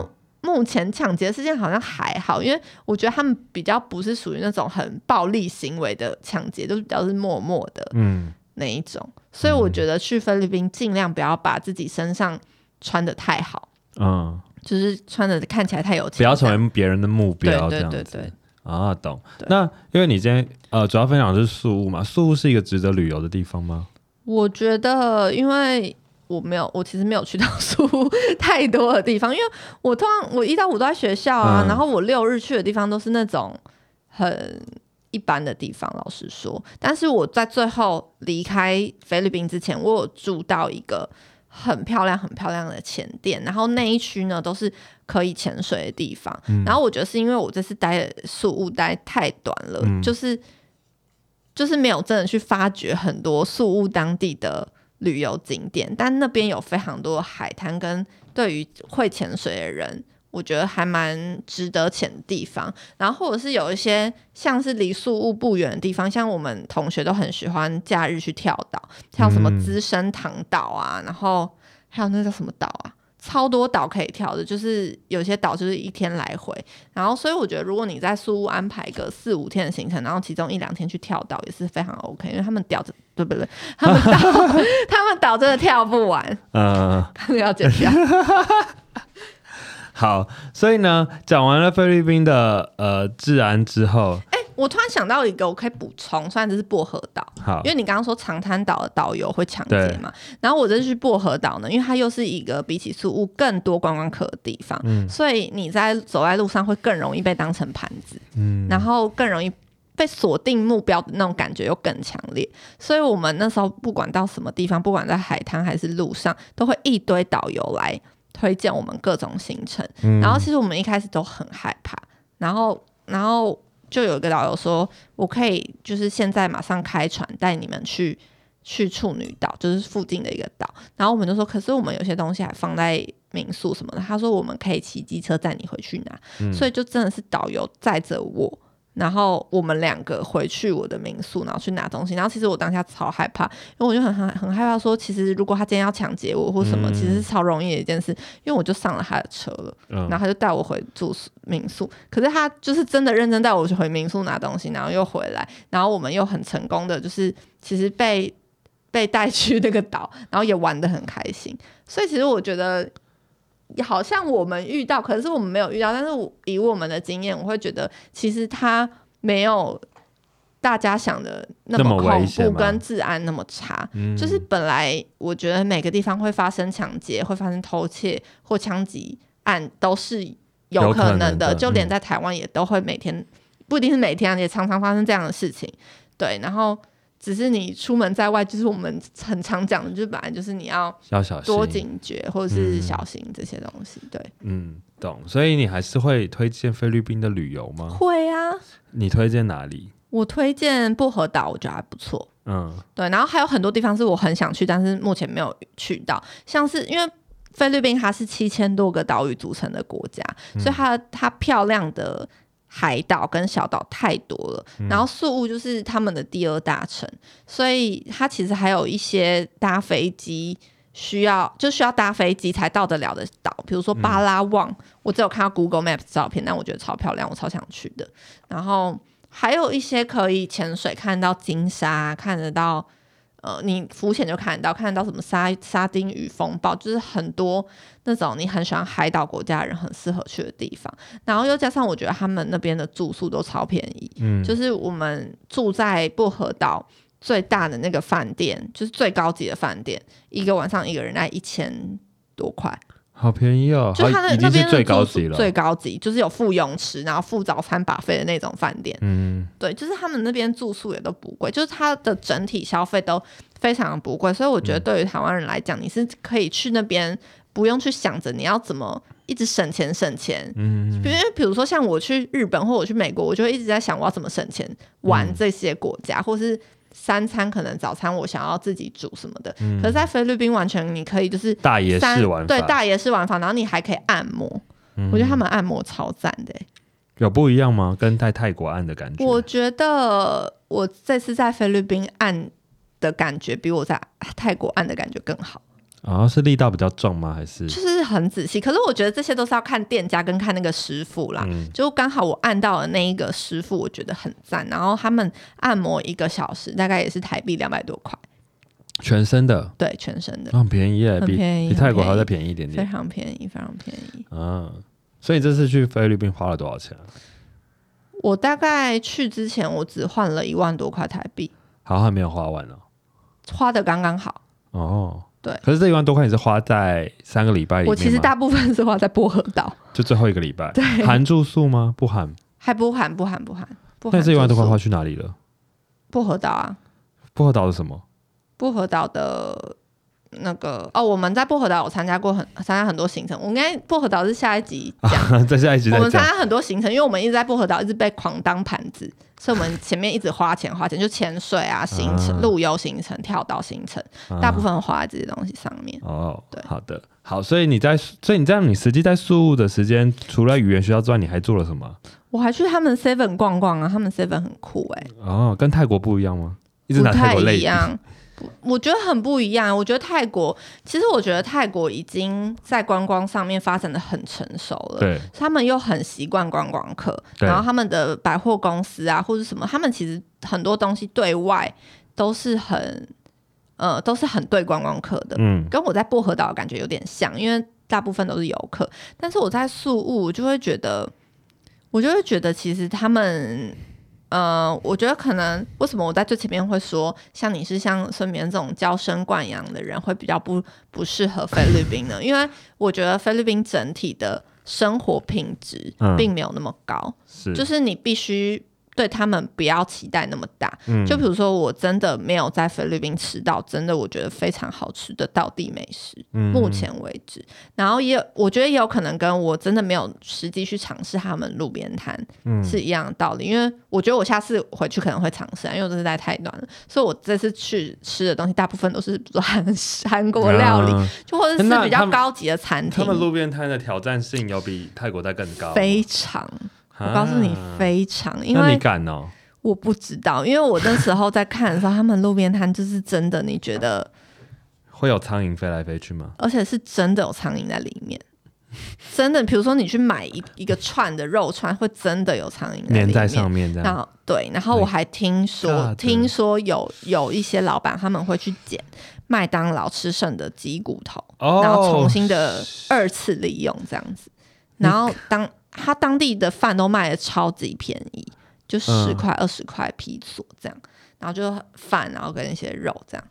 Speaker 2: 目前抢劫事件好像还好，因为我觉得他们比较不是属于那种很暴力行为的抢劫，就是比较是默默的
Speaker 1: 嗯
Speaker 2: 那一种。所以我觉得去菲律宾尽量不要把自己身上穿的太好，
Speaker 1: 嗯，
Speaker 2: 就是穿的看起来太有钱，
Speaker 1: 不要成为别人的目标，这
Speaker 2: 对对
Speaker 1: 样
Speaker 2: 对
Speaker 1: 子
Speaker 2: 对。
Speaker 1: 啊，懂
Speaker 2: 对。
Speaker 1: 那因为你今天呃主要分享的是宿务嘛，宿务是一个值得旅游的地方吗？
Speaker 2: 我觉得，因为我没有，我其实没有去到 [laughs] 苏太多的地方，因为我通常我一到五都在学校啊，
Speaker 1: 嗯
Speaker 2: 然后我六日去的地方都是那种很一般的地方，老实说。但是我在最后离开菲律宾之前，我有住到一个。很漂亮，很漂亮的前店，然后那一区呢都是可以潜水的地方。然后我觉得是因为我这次待的宿务待太短了，
Speaker 1: 嗯
Speaker 2: 就是就是没有真的去发掘很多宿务当地的旅游景点，但那边有非常多的海滩跟对于会潜水的人，我觉得还蛮值得潜的地方。然后或者是有一些像是离宿务不远的地方，像我们同学都很喜欢假日去跳岛，跳什么
Speaker 1: 嗯
Speaker 2: 资生堂岛啊，然后还有那叫什么岛啊。超多岛可以跳的，就是有些岛就是一天来回，然后所以我觉得如果你在宿务安排个四五天的行程，然后其中一两天去跳岛也是非常 OK，因为他们岛真对不对？他们岛 [laughs] 他们岛真的跳不完， [laughs]
Speaker 1: 呃，
Speaker 2: 他们要减掉。
Speaker 1: 好，所以呢，讲完了菲律宾的呃治安之后，
Speaker 2: 哎、我突然想到一个，我可以补充，虽然这是薄荷岛，
Speaker 1: 好
Speaker 2: 因，为你刚刚说长滩岛的导游会抢劫
Speaker 1: 对
Speaker 2: 嘛，然后我这次去薄荷岛呢，因为它又是一个比起宿务更多观光客的地方，
Speaker 1: 嗯
Speaker 2: 所以你在走在路上会更容易被当成盘子，
Speaker 1: 嗯
Speaker 2: 然后更容易被锁定目标的那种感觉又更强烈，所以我们那时候不管到什么地方，不管在海滩还是路上，都会一堆导游来推荐我们各种行程，
Speaker 1: 嗯
Speaker 2: 然后其实我们一开始都很害怕，然后然后就有一个导游说，我可以就是现在马上开船带你们去去处女岛，就是附近的一个岛。然后我们就说，可是我们有些东西还放在民宿什么的。他说我们可以骑机车载你回去拿，所以就真的是导游载着我。然后我们两个回去我的民宿，然后去拿东西。然后其实我当下超害怕，因为我就很很很害怕说，其实如果他今天要抢劫我或什么，
Speaker 1: 嗯
Speaker 2: 其实是超容易的一件事，因为我就上了他的车了。
Speaker 1: 嗯
Speaker 2: 然后他就带我回住宿民宿，可是他就是真的认真带我去回民宿拿东西，然后又回来，然后我们又很成功的，就是其实被被带去那个岛，然后也玩的很开心。所以其实我觉得，好像我们遇到，可是我们没有遇到，但是我以我们的经验，我会觉得其实他没有大家想的那
Speaker 1: 那
Speaker 2: 么
Speaker 1: 么危
Speaker 2: 恐
Speaker 1: 险
Speaker 2: 怖
Speaker 1: 吗
Speaker 2: 跟治安那么差。
Speaker 1: 嗯
Speaker 2: 就是本来我觉得每个地方会发生抢劫、会发生偷窃或枪击案都是有
Speaker 1: 有可
Speaker 2: 可
Speaker 1: 能
Speaker 2: 的，
Speaker 1: 的嗯
Speaker 2: 就连在台湾也都会每天，不一定是每天、啊，也常常发生这样的事情。对，然后只是你出门在外，就是我们很常讲的，就是本来就是你要
Speaker 1: 要小心，
Speaker 2: 多警觉或者是
Speaker 1: 嗯
Speaker 2: 小心这些东西。对，
Speaker 1: 嗯，懂。所以你还是会推荐菲律宾的旅游吗？
Speaker 2: 会啊，
Speaker 1: 你推荐哪里？
Speaker 2: 我推荐薄荷岛，我觉得还不错。
Speaker 1: 嗯，
Speaker 2: 对，然后还有很多地方是我很想去，但是目前没有去到，像是因为菲律宾它是七千多个岛屿组成的国家，所以它它漂亮的海岛跟小岛太多了。然后宿务就是他们的第二大城，所以它其实还有一些搭飞机。需要就需要搭飞机才到得了的岛，比如说巴拉望，我只有看到 Google Maps 照片，但我觉得超漂亮，我超想去的。然后还有一些可以潜水看到金沙，看得到呃，你浮潜就看得到，看得到什么沙沙丁鱼风暴，就是很多那种你很喜欢海岛国家的人很适合去的地方。然后又加上我觉得他们那边的住宿都超便宜，
Speaker 1: 嗯
Speaker 2: 就是我们住在薄荷岛最大的那个饭店，就是最高级的饭店，一个晚上一个人在一千多块，
Speaker 1: 好便宜哦，
Speaker 2: 就
Speaker 1: 好
Speaker 2: 它的
Speaker 1: 已
Speaker 2: 那
Speaker 1: 经是
Speaker 2: 边的
Speaker 1: 最
Speaker 2: 住
Speaker 1: 高
Speaker 2: 宿
Speaker 1: 级了，
Speaker 2: 最高级就是有附泳池，然后附早餐把费的那种饭店。
Speaker 1: 嗯
Speaker 2: 对，就是他们那边住宿也都不贵，就是它的整体消费都非常不贵，所以我觉得
Speaker 1: 嗯
Speaker 2: 对于台湾人来讲，你是可以去那边不用去想着你要怎么一直省钱省钱。
Speaker 1: 嗯
Speaker 2: 因为比如说像我去日本或我去美国，我就会一直在想我要怎么省钱玩
Speaker 1: 嗯
Speaker 2: 这些国家，或是三餐可能早餐我想要自己煮什么的。可是，在菲律宾完全你可以就是
Speaker 1: 大爷
Speaker 2: 三
Speaker 1: 式嗯玩法，
Speaker 2: 对大爷式玩法，然后你还可以按摩，
Speaker 1: 嗯
Speaker 2: 我觉得他们按摩超赞的欸、
Speaker 1: 有不一样吗？跟在泰国按的感觉，
Speaker 2: 我觉得我这次在菲律宾按的感觉比我在泰国按的感觉更好，
Speaker 1: 啊、是力道比较重吗？还是
Speaker 2: 就是很仔细。可是我觉得这些都是要看店家跟看那个师傅啦。
Speaker 1: 嗯
Speaker 2: 就刚好我按到的那一个师傅，我觉得很赞。然后他们按摩一个小时，大概也是台币两百多块，
Speaker 1: 全身的？
Speaker 2: 对，全身的，
Speaker 1: 啊很便宜耶，
Speaker 2: 很
Speaker 1: 比
Speaker 2: 便宜
Speaker 1: 比
Speaker 2: 很
Speaker 1: 泰国还要
Speaker 2: 便
Speaker 1: 再
Speaker 2: 宜
Speaker 1: 便宜一点
Speaker 2: 非
Speaker 1: 点
Speaker 2: 常便宜，非常便宜。
Speaker 1: 啊。所以这次去菲律宾花了多少钱啊？
Speaker 2: 我大概去之前，我只换了一万多块台币，
Speaker 1: 好像还没有花完哦。
Speaker 2: 花的刚刚好。
Speaker 1: 哦，
Speaker 2: 对
Speaker 1: 可是这一万多块你是花在三个礼拜里面吗
Speaker 2: 我其实大部分是花在薄荷岛，
Speaker 1: 就最后一个礼
Speaker 2: [laughs]
Speaker 1: 拜，含住宿吗？不含。
Speaker 2: 还不含不含不含不含。
Speaker 1: 那这一万多块花去哪里了？
Speaker 2: 薄荷岛啊，
Speaker 1: 薄荷岛是什么？ [laughs]
Speaker 2: 薄荷岛的那个哦，我们在薄荷岛有参加过很参加很多行程，我应该薄荷岛是下
Speaker 1: [laughs]
Speaker 2: 一集讲。
Speaker 1: 在啊下一集
Speaker 2: 我
Speaker 1: 再
Speaker 2: 们参
Speaker 1: 讲。
Speaker 2: 加很多行程，因为我们一直在薄荷岛一直被狂当盘子，所以我们前面一直花钱花钱，就潜水啊、行程、
Speaker 1: 啊
Speaker 2: 陆游行程、跳岛行程，
Speaker 1: 啊
Speaker 2: 大部分花在这些东西上面。
Speaker 1: 哦，
Speaker 2: 对
Speaker 1: 好的，好，所以你在，所以你这样，你实际在宿务的时间，除了语言学校之外，你还做了什么？
Speaker 2: 我还去他们 Seven 逛逛啊，他们 Seven 很酷哎、
Speaker 1: 哦，跟泰国不一样吗？一直
Speaker 2: 不
Speaker 1: 拿泰
Speaker 2: 太
Speaker 1: 国类
Speaker 2: 一
Speaker 1: 比，
Speaker 2: 样。 [laughs] 不我觉得很不一样。我觉得泰国，其实我觉得泰国已经在观光上面发展的很成熟了。
Speaker 1: 对，
Speaker 2: 他们又很习惯观光客，
Speaker 1: 对
Speaker 2: 然后他们的百货公司啊，或者什么，他们其实很多东西对外都是很，呃，都是很对观光客的。
Speaker 1: 嗯，
Speaker 2: 跟我在薄荷岛的感觉有点像，因为大部分都是游客，但是我在宿务我就会觉得，我就会觉得其实他们。呃，我觉得可能为什么我在最前面会说，像你是像孙冕这种娇生惯养的人，会比较不不适合菲律宾呢？因为我觉得菲律宾整体的生活品质
Speaker 1: 嗯
Speaker 2: 并没有那么高，
Speaker 1: 是，
Speaker 2: 就是你必须对他们不要期待那么大。
Speaker 1: 嗯
Speaker 2: 就比如说，我真的没有在菲律宾吃到真的我觉得非常好吃的道地美食，
Speaker 1: 嗯
Speaker 2: 目前为止。然后也有我觉得也有可能跟我真的没有实际去尝试他们路边摊、
Speaker 1: 嗯
Speaker 2: 是一样的道理，因为我觉得我下次回去可能会尝试啊，因为我这次待太短了，所以我这次去吃的东西大部分都是比 [laughs] 如说韩式韩国料理，
Speaker 1: 啊
Speaker 2: 就或者是
Speaker 1: 那
Speaker 2: 比
Speaker 1: 他
Speaker 2: 较
Speaker 1: 们
Speaker 2: 高级的餐
Speaker 1: 他们
Speaker 2: 厅，
Speaker 1: 路边摊的挑战性有比泰国在更高。啊
Speaker 2: 非，常。我告诉你，非常，因
Speaker 1: 那你
Speaker 2: 为
Speaker 1: 敢哦？
Speaker 2: 我不知道，因为我那时候在看的时候，他们路边摊就是真的，你觉得
Speaker 1: 会有苍蝇飞来飞去吗？
Speaker 2: 而且是真的有苍蝇在里面，真的。比如说你去买一一个串的肉串，会真的有苍蝇在里
Speaker 1: 粘
Speaker 2: 面。
Speaker 1: 在上面这
Speaker 2: 然
Speaker 1: 样，
Speaker 2: 后对，然后我还听说
Speaker 1: God
Speaker 2: 听说有有一些老板他们会去捡麦当劳吃剩的鸡骨头，
Speaker 1: 哦
Speaker 2: 然后重新的二次利用这样子。然后当他当地的饭都卖的超级便宜，就十
Speaker 1: 嗯
Speaker 2: 块二十块皮索这样，然后就饭，然后跟一些肉这样。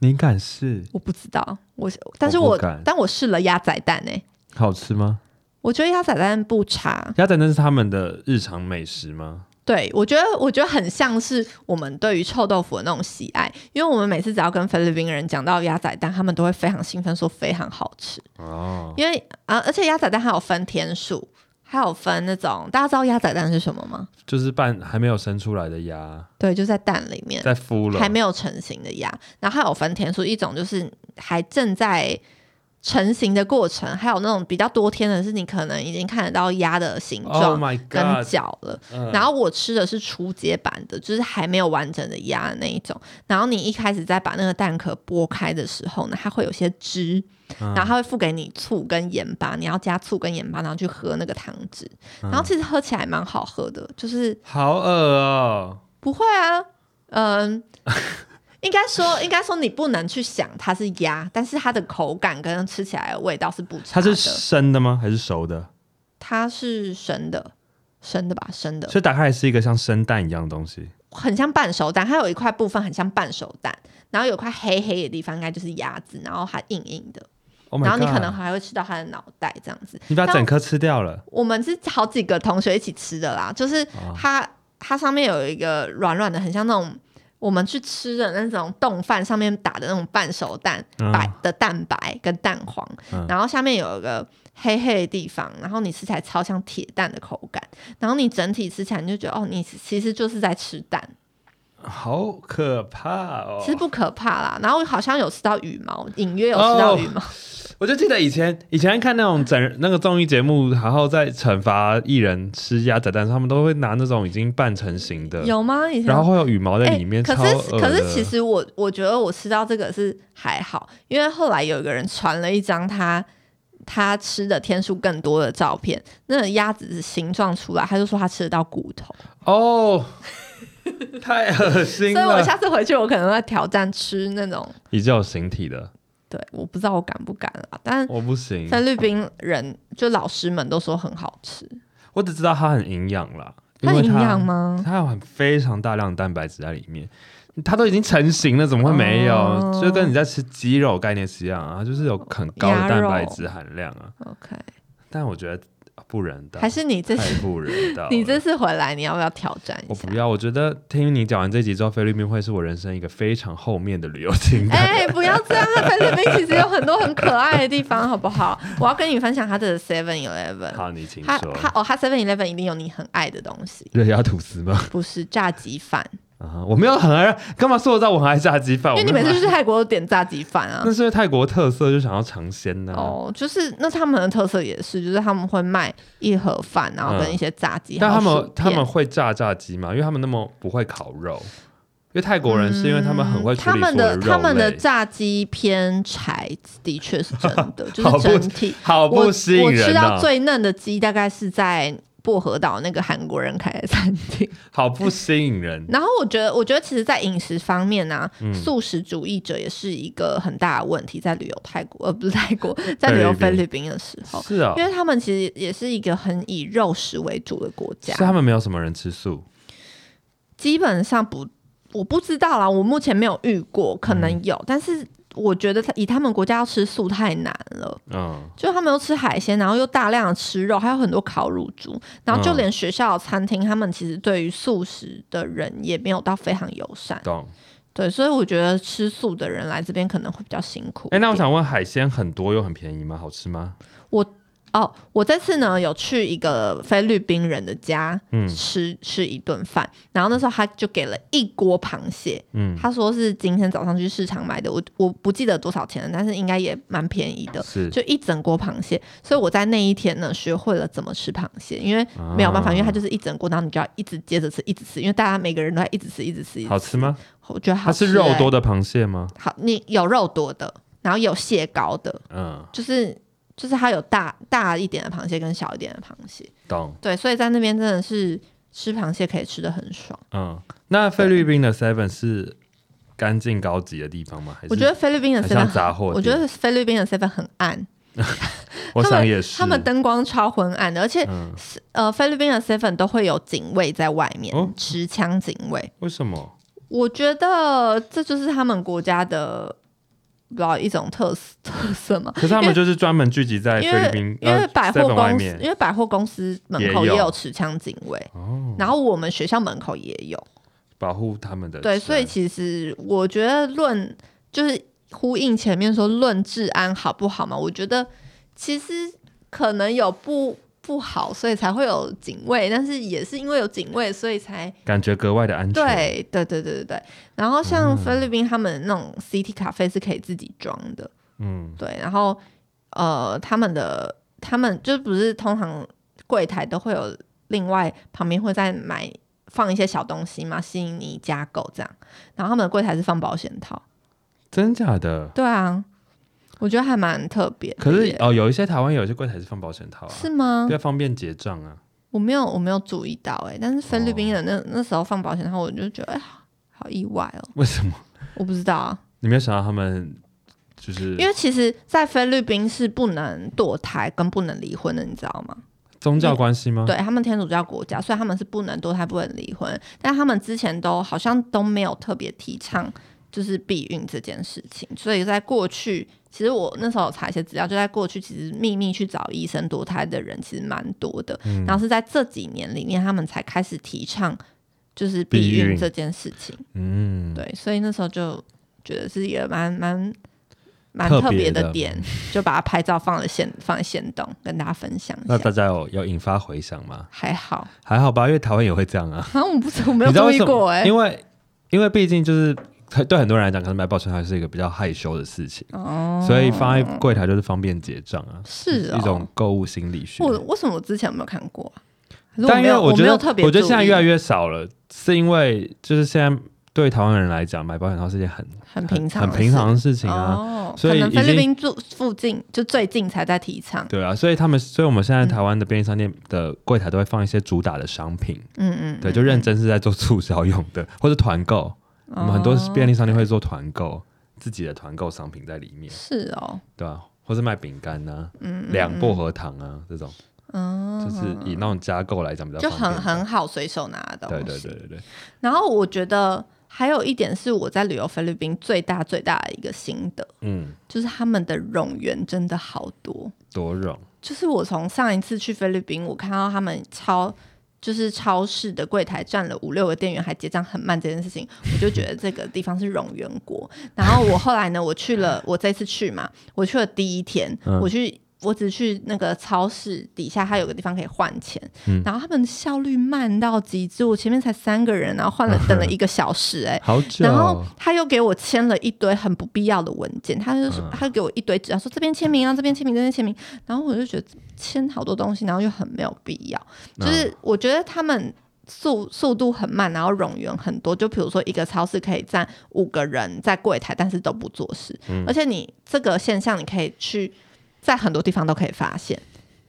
Speaker 1: 你敢试？
Speaker 2: 我不知道，我但是
Speaker 1: 我不
Speaker 2: 我
Speaker 1: 敢
Speaker 2: 但我试了鸭仔蛋诶、
Speaker 1: 好吃吗？
Speaker 2: 我觉得鸭仔蛋不差。
Speaker 1: 鸭仔那是他们的日常美食吗？
Speaker 2: 对我觉得，我觉得很像是我们对于臭豆腐的那种喜爱，因为我们每次只要跟菲律宾人讲到鸭仔蛋，他们都会非常兴奋，说非常好吃。呃
Speaker 1: 哦，
Speaker 2: 因为啊、而且鸭仔蛋还有分天数，还有分那种，大家知道鸭仔蛋是什么吗？
Speaker 1: 就是半还没有生出来的鸭
Speaker 2: 对，就在蛋里面，
Speaker 1: 在孵了，
Speaker 2: 呃还没有成型的鸭。然后还有分天数，一种就是还正在成型的过程，还有那种比较多天的是，你可能已经看得到鸭的形
Speaker 1: Oh
Speaker 2: 状
Speaker 1: my
Speaker 2: 跟
Speaker 1: God！
Speaker 2: 脚了。
Speaker 1: 嗯
Speaker 2: 然后我吃的是初阶版的，就是还没有完整的鸭的那一种。然后你一开始在把那个蛋壳剥开的时候呢，它会有些汁，
Speaker 1: 嗯
Speaker 2: 然后它会附给你醋跟盐巴，你要加醋跟盐巴，然后去喝那个汤汁。
Speaker 1: 嗯
Speaker 2: 然后其实喝起来蛮好喝的，就是
Speaker 1: 好恶哦、
Speaker 2: 不会啊，嗯。 [laughs] 应该说，应该说你不能去想它是鸭，但是它的口感跟吃起来的味道是不差
Speaker 1: 它
Speaker 2: 的。
Speaker 1: 是生的吗？还是熟的？
Speaker 2: 它是生的，生的吧，生的。
Speaker 1: 所以打开来是一个像生蛋一样的东西。
Speaker 2: 很像半熟蛋，它有一块部分很像半熟蛋，然后有块黑黑的地方应该就是鸭子，然后还硬硬的
Speaker 1: Oh my
Speaker 2: 然后你
Speaker 1: God
Speaker 2: 可能还会吃到它的脑袋这样子。
Speaker 1: 你把
Speaker 2: 但
Speaker 1: 整颗吃掉了，
Speaker 2: 我们是好几个同学一起吃的啦，就是
Speaker 1: 哦
Speaker 2: 它、它上面有一个软软的，很像那种我们去吃的那种冻饭上面打的那种半熟蛋
Speaker 1: 嗯
Speaker 2: 白、的蛋白跟蛋黄，
Speaker 1: 嗯
Speaker 2: 然后下面有一个黑黑的地方，然后你吃起来超像铁蛋的口感，然后你整体吃起来你就觉得哦，你其实就是在吃蛋。
Speaker 1: 好可怕哦！
Speaker 2: 其实不可怕啦。然后好像有吃到羽毛，隐约有吃
Speaker 1: 哦
Speaker 2: 到羽毛。
Speaker 1: 我就记得以前以前看那种整人那个综艺节目，然后在惩罚艺人吃鸭仔蛋，他们都会拿那种已经半成型的，
Speaker 2: 有吗？以前
Speaker 1: 然后会有羽毛在里面，
Speaker 2: 哎可
Speaker 1: 超
Speaker 2: 是
Speaker 1: 恶
Speaker 2: 可是
Speaker 1: 的
Speaker 2: 其实我我觉得我吃到这个是还好，因为后来有一个人传了一张他。他吃的天数更多的照片，那个鸭子形状出来，他就说他吃得到骨头，
Speaker 1: 哦，太恶心
Speaker 2: 所以我
Speaker 1: 了，
Speaker 2: 下次回去我可能会挑战吃那种，
Speaker 1: 已经有形体的，
Speaker 2: 对，我不知道我敢不敢啦，但
Speaker 1: 我不行，
Speaker 2: 菲律宾人就老师们都说很好吃，
Speaker 1: 我只知道它很营养啦，因
Speaker 2: 它
Speaker 1: 为
Speaker 2: 营养吗？
Speaker 1: 它有很非常大量的蛋白质在里面，它都已经成型了，怎么会没有？
Speaker 2: 哦
Speaker 1: 就跟你在吃鸡肉概念是一样啊，它就是有很高的
Speaker 2: 鸭
Speaker 1: 蛋
Speaker 2: 肉
Speaker 1: 白质含量啊。
Speaker 2: OK，
Speaker 1: 但我觉得不人道，
Speaker 2: 还是你这次
Speaker 1: 太不人道了。
Speaker 2: 你这次回来，你要不要挑战一
Speaker 1: 我
Speaker 2: 下
Speaker 1: 不？要，我觉得听你讲完这集之后，菲律宾会是我人生一个非常后面的旅游 [laughs] 清单。
Speaker 2: 哎、不要这样！它菲律宾其实有很多很可爱的地方，好不好？我要跟你分享它的 Seven Eleven。
Speaker 1: 好，你请
Speaker 2: 它
Speaker 1: 说。
Speaker 2: 它哦，它 Seven Eleven 一定有你很爱的东西，
Speaker 1: 热压吐司吗？
Speaker 2: 不是炸鸡饭，
Speaker 1: 啊，我没有很爱，干嘛塑造我很爱炸鸡饭？
Speaker 2: 因为
Speaker 1: 我
Speaker 2: 你
Speaker 1: 没
Speaker 2: 每
Speaker 1: 有
Speaker 2: 次
Speaker 1: 爱
Speaker 2: 去泰国都点炸鸡饭啊
Speaker 1: [laughs] 那。是因为泰国特色，就想要尝鲜呢。
Speaker 2: 哦，就是那他们的特色也是，就是他们会卖一盒饭，然后
Speaker 1: 嗯
Speaker 2: 跟一些炸鸡、
Speaker 1: 但
Speaker 2: 还
Speaker 1: 他
Speaker 2: 有
Speaker 1: 们
Speaker 2: 薯片
Speaker 1: 他们会炸炸鸡吗？因为他们那么不会烤肉，因为泰国人是因为他们很会处
Speaker 2: 嗯他
Speaker 1: 理所
Speaker 2: 们
Speaker 1: 有
Speaker 2: 的
Speaker 1: 肉类。
Speaker 2: 他们的炸鸡偏柴，的确是真
Speaker 1: [laughs]
Speaker 2: 的，就
Speaker 1: 好
Speaker 2: 是
Speaker 1: 不
Speaker 2: 整体
Speaker 1: 好
Speaker 2: 我
Speaker 1: 不吸
Speaker 2: 我
Speaker 1: 引
Speaker 2: 吃
Speaker 1: 人
Speaker 2: 到
Speaker 1: 啊！
Speaker 2: 最嫩的鸡大概是在薄荷岛那个韩国人开的餐厅。
Speaker 1: 好不吸引人。
Speaker 2: 然后我觉得，我觉得其实，在饮食方面呢、
Speaker 1: 嗯
Speaker 2: 素食主义者也是一个很大的问题，在旅游泰国，呃，不是泰
Speaker 1: [laughs]
Speaker 2: 国，在旅游菲律宾的时候，
Speaker 1: 是啊、
Speaker 2: 因为他们其实也是一个很以肉食为主的国
Speaker 1: 是
Speaker 2: 家，
Speaker 1: 他们没有什么人吃素。
Speaker 2: 基本上不，我不知道啦，我目前没有遇过，可能有，但是我觉得他以他们国家要吃素太难了。
Speaker 1: 嗯，
Speaker 2: 就他们又吃海鲜，然后又大量的吃肉，还有很多烤乳猪，然后就
Speaker 1: 嗯
Speaker 2: 连学校的餐厅，他们其实对于素食的人也没有到非常友善。
Speaker 1: 懂。
Speaker 2: 对，所以我觉得吃素的人来这边可能会比较辛苦一
Speaker 1: 哎、
Speaker 2: 点。
Speaker 1: 那我想问，海鲜很多又很便宜吗？好吃吗？
Speaker 2: 哦，我这次呢有去一个菲律宾人的家，
Speaker 1: 嗯
Speaker 2: 吃吃一顿饭，然后那时候他就给了一锅螃蟹，
Speaker 1: 嗯，
Speaker 2: 他说是今天早上去市场买的，我我不记得多少钱了，但是应该也蛮便宜的。
Speaker 1: 是
Speaker 2: 就一整锅螃蟹，所以我在那一天呢学会了怎么吃螃蟹，因为没有办法，
Speaker 1: 啊
Speaker 2: 因为它就是一整锅，然后你就要一直接着吃，一直吃，因为大家每个人都在一直吃，一直吃，一直
Speaker 1: 好吃吗？
Speaker 2: 我觉得
Speaker 1: 它
Speaker 2: 好吃、
Speaker 1: 是肉
Speaker 2: 欸
Speaker 1: 多的螃蟹吗？
Speaker 2: 好，你有肉多的，然后有蟹膏的，
Speaker 1: 嗯，
Speaker 2: 就是就是它有大大一点的螃蟹跟小一点的螃蟹，
Speaker 1: 懂。
Speaker 2: 对，所以在那边真的是吃螃蟹可以吃的很爽。
Speaker 1: 嗯，那菲律宾的 Seven 是干净高级的地方吗？还是
Speaker 2: 我觉得菲律宾的
Speaker 1: 很
Speaker 2: seven
Speaker 1: 像杂货
Speaker 2: 我觉
Speaker 1: 店
Speaker 2: 得菲律宾的 seven 很暗，
Speaker 1: 我
Speaker 2: 他
Speaker 1: 想
Speaker 2: 们
Speaker 1: 也是。
Speaker 2: 他们灯光超昏暗的，而且
Speaker 1: 嗯，
Speaker 2: 是呃，菲律宾的 seven 都会有警卫在外面、
Speaker 1: 哦
Speaker 2: 持枪警卫。
Speaker 1: 为什么？
Speaker 2: 我觉得这就是他们国家的不知道一种特色特色嘛，
Speaker 1: 可是他
Speaker 2: 因
Speaker 1: 们
Speaker 2: 为
Speaker 1: 就是专门聚集在菲
Speaker 2: 因
Speaker 1: 律
Speaker 2: 为
Speaker 1: 宾，
Speaker 2: 因为
Speaker 1: 呃
Speaker 2: 百货
Speaker 1: 7-Eleven 外
Speaker 2: 公司
Speaker 1: 面，
Speaker 2: 因为百货公司门口
Speaker 1: 也有
Speaker 2: 也有持枪警卫，
Speaker 1: 哦，
Speaker 2: 然后我们学校门口也有，
Speaker 1: 嗯保护他们的
Speaker 2: 对，
Speaker 1: 治
Speaker 2: 所以
Speaker 1: 安
Speaker 2: 其实我觉得论就是呼应前面说论治安好不好嘛，我觉得其实可能有不不好，所以才会有警卫，但是也是因为有警卫，所以才
Speaker 1: 感觉格外的安全。，
Speaker 2: 对对对对对对。然后像
Speaker 1: 嗯
Speaker 2: 菲律宾他们那种 CT 咖啡是可以自己装的，
Speaker 1: 嗯，
Speaker 2: 对。然后呃，他们的他们就不是通常柜台都会有另外旁边会再买放一些小东西嘛，吸引你加购这样。然后他们的柜台是放保险套，
Speaker 1: 真假的？
Speaker 2: 对啊，我觉得还蛮特别的耶。
Speaker 1: 可是哦，有一些台湾有一些柜台是放保险套啊，
Speaker 2: 是吗
Speaker 1: 比？较方便结账啊。
Speaker 2: 我没有我没有注意到哎、但是菲律宾人
Speaker 1: 哦
Speaker 2: 那、那时候放保险套，我就觉得哎、好好意外哦，
Speaker 1: 为什么？
Speaker 2: 我不知道啊，
Speaker 1: 你没有想到他们就是
Speaker 2: 因为其实，在菲律宾是不能堕胎跟不能离婚的，你知道吗？
Speaker 1: 宗教关系吗？
Speaker 2: 对他们天主教国家，所以他们是不能堕胎、不能离婚，但他们之前都好像都没有特别提倡就是避孕这件事情，所以在过去，其实我那时候有查一些资料，就在过去其实秘密去找医生堕胎的人其实蛮多的，
Speaker 1: 嗯
Speaker 2: 然后是在这几年里面，他们才开始提倡就是
Speaker 1: 避
Speaker 2: 避孕
Speaker 1: 孕
Speaker 2: 这件事情，
Speaker 1: 嗯，
Speaker 2: 对，所以那时候就觉得是一个蛮蛮。蛮
Speaker 1: 特
Speaker 2: 特
Speaker 1: 别
Speaker 2: 别的
Speaker 1: 的
Speaker 2: 点，就把它拍照放了现放在现动，跟大家分享一
Speaker 1: 那
Speaker 2: 下。
Speaker 1: 大家有有引发回响吗？
Speaker 2: 还好， [laughs]
Speaker 1: 还好吧，因为台湾也会这样啊。
Speaker 2: 好像我不知我
Speaker 1: 你
Speaker 2: 没有
Speaker 1: 知道
Speaker 2: 注
Speaker 1: 为
Speaker 2: 意
Speaker 1: 什么
Speaker 2: 过哎、
Speaker 1: 因为因为毕竟就是对很多人来讲，可能买保险套是一个比较害羞的事情，
Speaker 2: 哦
Speaker 1: 所以放在柜台就是方便结账啊，
Speaker 2: 是哦
Speaker 1: 一种购物心理学。
Speaker 2: 我为什么我之前没有看过啊、可是
Speaker 1: 但因
Speaker 2: 没
Speaker 1: 为
Speaker 2: 有我
Speaker 1: 觉
Speaker 2: 没
Speaker 1: 得，
Speaker 2: 有
Speaker 1: 我
Speaker 2: 特别，
Speaker 1: 觉得现在越来
Speaker 2: 越
Speaker 1: 越少了，是因为就是现在对台湾人来讲，买保险套是件很
Speaker 2: 很平常的
Speaker 1: 很
Speaker 2: 事、
Speaker 1: 平常的事情啊。
Speaker 2: 哦，
Speaker 1: 所以
Speaker 2: 可能菲
Speaker 1: 已
Speaker 2: 律
Speaker 1: 经
Speaker 2: 宾住附近就最近才在提倡。
Speaker 1: 对啊，所以他们，所以我们现
Speaker 2: 嗯
Speaker 1: 在台湾的便利商店的柜台都会放一些主打的商品，
Speaker 2: 嗯嗯，
Speaker 1: 对，就认真是在做促销用的，或者团购。我们很多
Speaker 2: 哦
Speaker 1: 便利商店会做团购，自己的团购商品在里面，
Speaker 2: 是哦，
Speaker 1: 对啊，或是卖饼干呐、两薄荷糖啊这种，
Speaker 2: 嗯，
Speaker 1: 就是以那种加购来讲比较
Speaker 2: 就
Speaker 1: 方便
Speaker 2: 很很好随手拿的东
Speaker 1: 对
Speaker 2: 西。
Speaker 1: 对对对对，
Speaker 2: 然后我觉得还有一点是我在旅游菲律宾最大最大的一个心得，
Speaker 1: 嗯，
Speaker 2: 就是他们的冗员真的好多。
Speaker 1: 多肉，
Speaker 2: 就是我从上一次去菲律宾，我看到他们超就是超市的柜台站了五六个店员，还结账很慢这件事情，我就觉得这个地方是冗员国。然后我后来呢，我去了，我这次去嘛，我去了第一天，
Speaker 1: 嗯
Speaker 2: 我去。我只去那个超市底下，它有个地方可以换钱，
Speaker 1: 嗯
Speaker 2: 然后他们效率慢到极致。我前面才三个人，然后换了
Speaker 1: 嗯
Speaker 2: 等了一个小时、哎，
Speaker 1: 好久哦
Speaker 2: 然后他又给我签了一堆很不必要的文件，他就说、
Speaker 1: 嗯
Speaker 2: 他给我一堆纸，他说这边签名啊，这边签名，这边签名，然后我就觉得签好多东西，然后又很没有必要，
Speaker 1: 嗯
Speaker 2: 就是我觉得他们。速速度很慢，然后冗员很多。就比如说，一个超市可以站五个人在柜台，但是都不做事。
Speaker 1: 嗯
Speaker 2: 而且你这个现象，你可以去在很多地方都可以发现，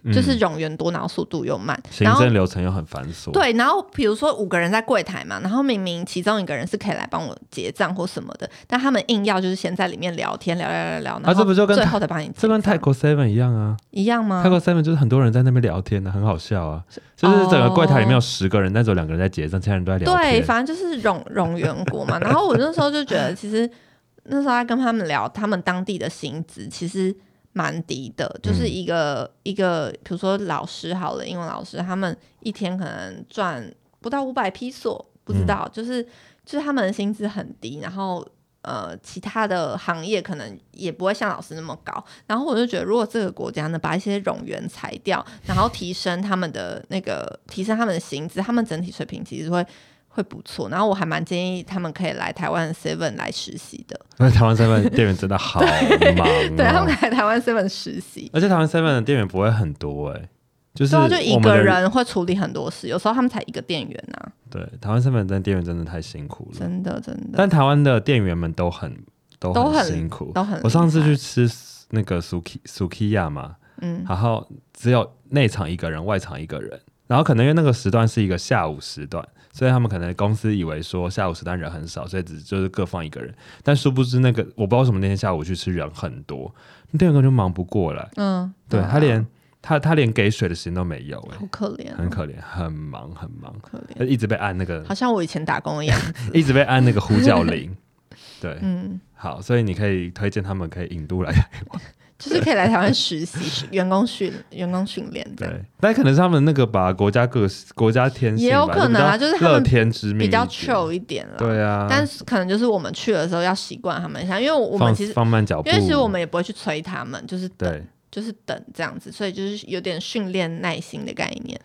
Speaker 2: 就是冗员多，然后速度又慢。
Speaker 1: 嗯行
Speaker 2: 然后
Speaker 1: 政流程又很繁琐，，
Speaker 2: 对，然后比如说五个人在柜台嘛，然后明明其中一个人是可以来帮我结账或什么的，但他们硬要就是先在里面聊天，聊聊聊聊，然
Speaker 1: 啊这不
Speaker 2: 后
Speaker 1: 就跟
Speaker 2: 最
Speaker 1: 泰
Speaker 2: 后
Speaker 1: [laughs]
Speaker 2: 再帮你结
Speaker 1: 这跟泰
Speaker 2: 账
Speaker 1: 国 Seven 一样啊，
Speaker 2: 一样吗
Speaker 1: 泰？国 Seven 就是很多人在那边聊天的、很好笑啊，就是整个柜台里面有十个人，但只有两个人在结账，其他人都在聊
Speaker 2: 哦对，
Speaker 1: 天。
Speaker 2: 反正就是冗冗员
Speaker 1: [laughs]
Speaker 2: 国嘛。然后我那时候就觉得，其实那时候在跟他们聊他们当地的薪资，其实蛮低的，就是
Speaker 1: 嗯
Speaker 2: 一个、一个，比如说老师好了，英文老师，他们一天可能赚不到五百披索，不
Speaker 1: 嗯
Speaker 2: 知道，就是就是他们的薪资很低，然后。呃，其他的行业可能也不会像老师那么高，然后我就觉得，如果这个国家呢，把一些冗员裁掉，然后提升他们的那个，提升他们的薪资，他们整体水平其实会会不错。然后我还蛮建议他们可以来台湾 Seven 来实习的，
Speaker 1: 因为台湾 Seven 店员真的好忙、嗯哦，
Speaker 2: [laughs] 对他们来台湾 Seven 实习。
Speaker 1: 而且台湾 Seven 的店员不会很多哎、就是
Speaker 2: 对啊，就一
Speaker 1: 我们
Speaker 2: 个
Speaker 1: 的，
Speaker 2: 人会处理很多事，有时候他们才一个店员啊，
Speaker 1: 对台湾 Seven 的店员真的太辛苦了，
Speaker 2: 真的真的
Speaker 1: 但台湾的店员们都很都
Speaker 2: 都很
Speaker 1: 辛苦。
Speaker 2: 都很。
Speaker 1: 我上次去，吃那个 Suki Sukiya 嘛，
Speaker 2: 嗯，
Speaker 1: 然后只有内场一个人，外场一个人。然后可能因为那个时段是一个下午时段，所以他们可能公司以为说下午时段人很少，所以只就是各放一个人。但殊不知那个我不知道为什么那天下午去吃人很多，那店员根本就忙不过来，
Speaker 2: 嗯，
Speaker 1: 对
Speaker 2: 啊
Speaker 1: 他连他他连给水的时间都没有、欸，
Speaker 2: 好可怜哦，
Speaker 1: 很可怜，很忙很忙，呃
Speaker 2: 可怜，
Speaker 1: 一直被按那个
Speaker 2: 好像我以前打工
Speaker 1: [laughs]
Speaker 2: 一样。
Speaker 1: 一直被按那个呼
Speaker 2: [laughs]
Speaker 1: 叫铃。对，
Speaker 2: 嗯，
Speaker 1: 好，所以你可以推荐他们可以引渡来
Speaker 2: 就是可以来台湾实
Speaker 1: [laughs]
Speaker 2: 习，员工训员工训练这样。
Speaker 1: 对，但可能是他们那个吧，国家各国家天性吧
Speaker 2: 也有可能啊
Speaker 1: 就
Speaker 2: 就是
Speaker 1: 比
Speaker 2: 他
Speaker 1: 较
Speaker 2: 们
Speaker 1: 乐天之命
Speaker 2: 比较
Speaker 1: 一点
Speaker 2: chill 一点啦。
Speaker 1: 对啊，
Speaker 2: 但是可能就是我们去的时候要习惯他们一下，因为我
Speaker 1: 放
Speaker 2: 们其实，
Speaker 1: 放慢脚步，
Speaker 2: 因为其实我们也不会去催他们，就是
Speaker 1: 对
Speaker 2: 就是等这样子，所以就是有点训练耐心的概念。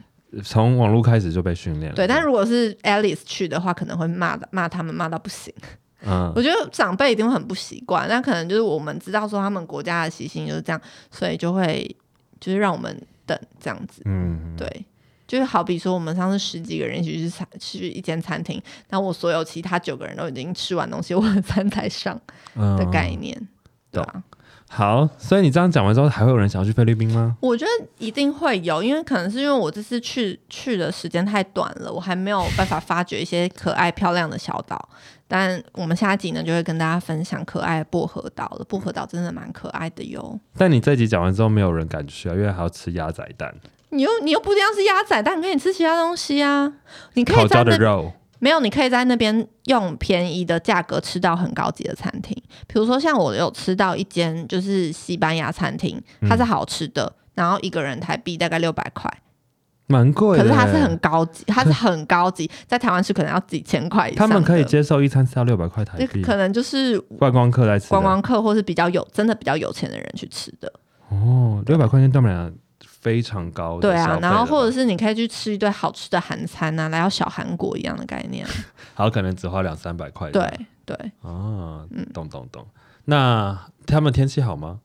Speaker 1: 从网络开始就被训练了。
Speaker 2: 对，但如果是 Alice 去的话，可能会骂的骂他们骂到不行。
Speaker 1: 嗯，
Speaker 2: 我觉得长辈一定会很不习惯，那可能就是我们知道说他们国家的习性就是这样，所以就会就是让我们等这样子。
Speaker 1: 嗯，
Speaker 2: 对，就是好比说我们上次十几个人一起去餐去一间餐厅，那我所有其他九个人都已经吃完东西，我的餐才上
Speaker 1: 嗯
Speaker 2: 的概念，对啊，
Speaker 1: 好，所以你这样讲完之后，还会有人想要去菲律宾吗？
Speaker 2: 我觉得一定会有，因为可能是因为我这次去去的时间太短了，我还没有办法发掘一些可爱漂亮的小岛。但我们下一集呢，就会跟大家分享可爱的薄荷岛了。薄荷岛真的蛮可爱的哟。
Speaker 1: 但你这集讲完之后，没有人敢去啊，因为还要吃鸭仔蛋、
Speaker 2: 你又你又不一定要吃鸭仔蛋，可以吃其他东西啊。你可
Speaker 1: 烤
Speaker 2: 以在
Speaker 1: 焦的
Speaker 2: 那
Speaker 1: 肉。
Speaker 2: 没有，你可以在那边用便宜的价格吃到很高级的餐厅。比如说，像我有吃到一间就是西班牙餐厅，它是好吃的，然后一个人台币大概六百块。
Speaker 1: 蛮贵的
Speaker 2: 可
Speaker 1: 欸，
Speaker 2: 是它是很高级，它是很高级，在台湾是可能要几千块以
Speaker 1: 他
Speaker 2: 上的。
Speaker 1: 们可以接受一餐吃到六百块台
Speaker 2: 这
Speaker 1: 币，
Speaker 2: 可能就是
Speaker 1: 观光客来吃的。
Speaker 2: 观光客或是比较有真的比较有钱的人去吃的。
Speaker 1: 哦，六百块钱对我们俩非常高的
Speaker 2: 对
Speaker 1: 消
Speaker 2: 啊
Speaker 1: 费，
Speaker 2: 然后
Speaker 1: 了吧
Speaker 2: 或者是你可以去吃一顿好吃的韩餐啊，来到小韩国一样的概念啊。
Speaker 1: 好，可能只花两三百块。
Speaker 2: 对嗯对，
Speaker 1: 啊，懂懂懂。那他们天气好吗？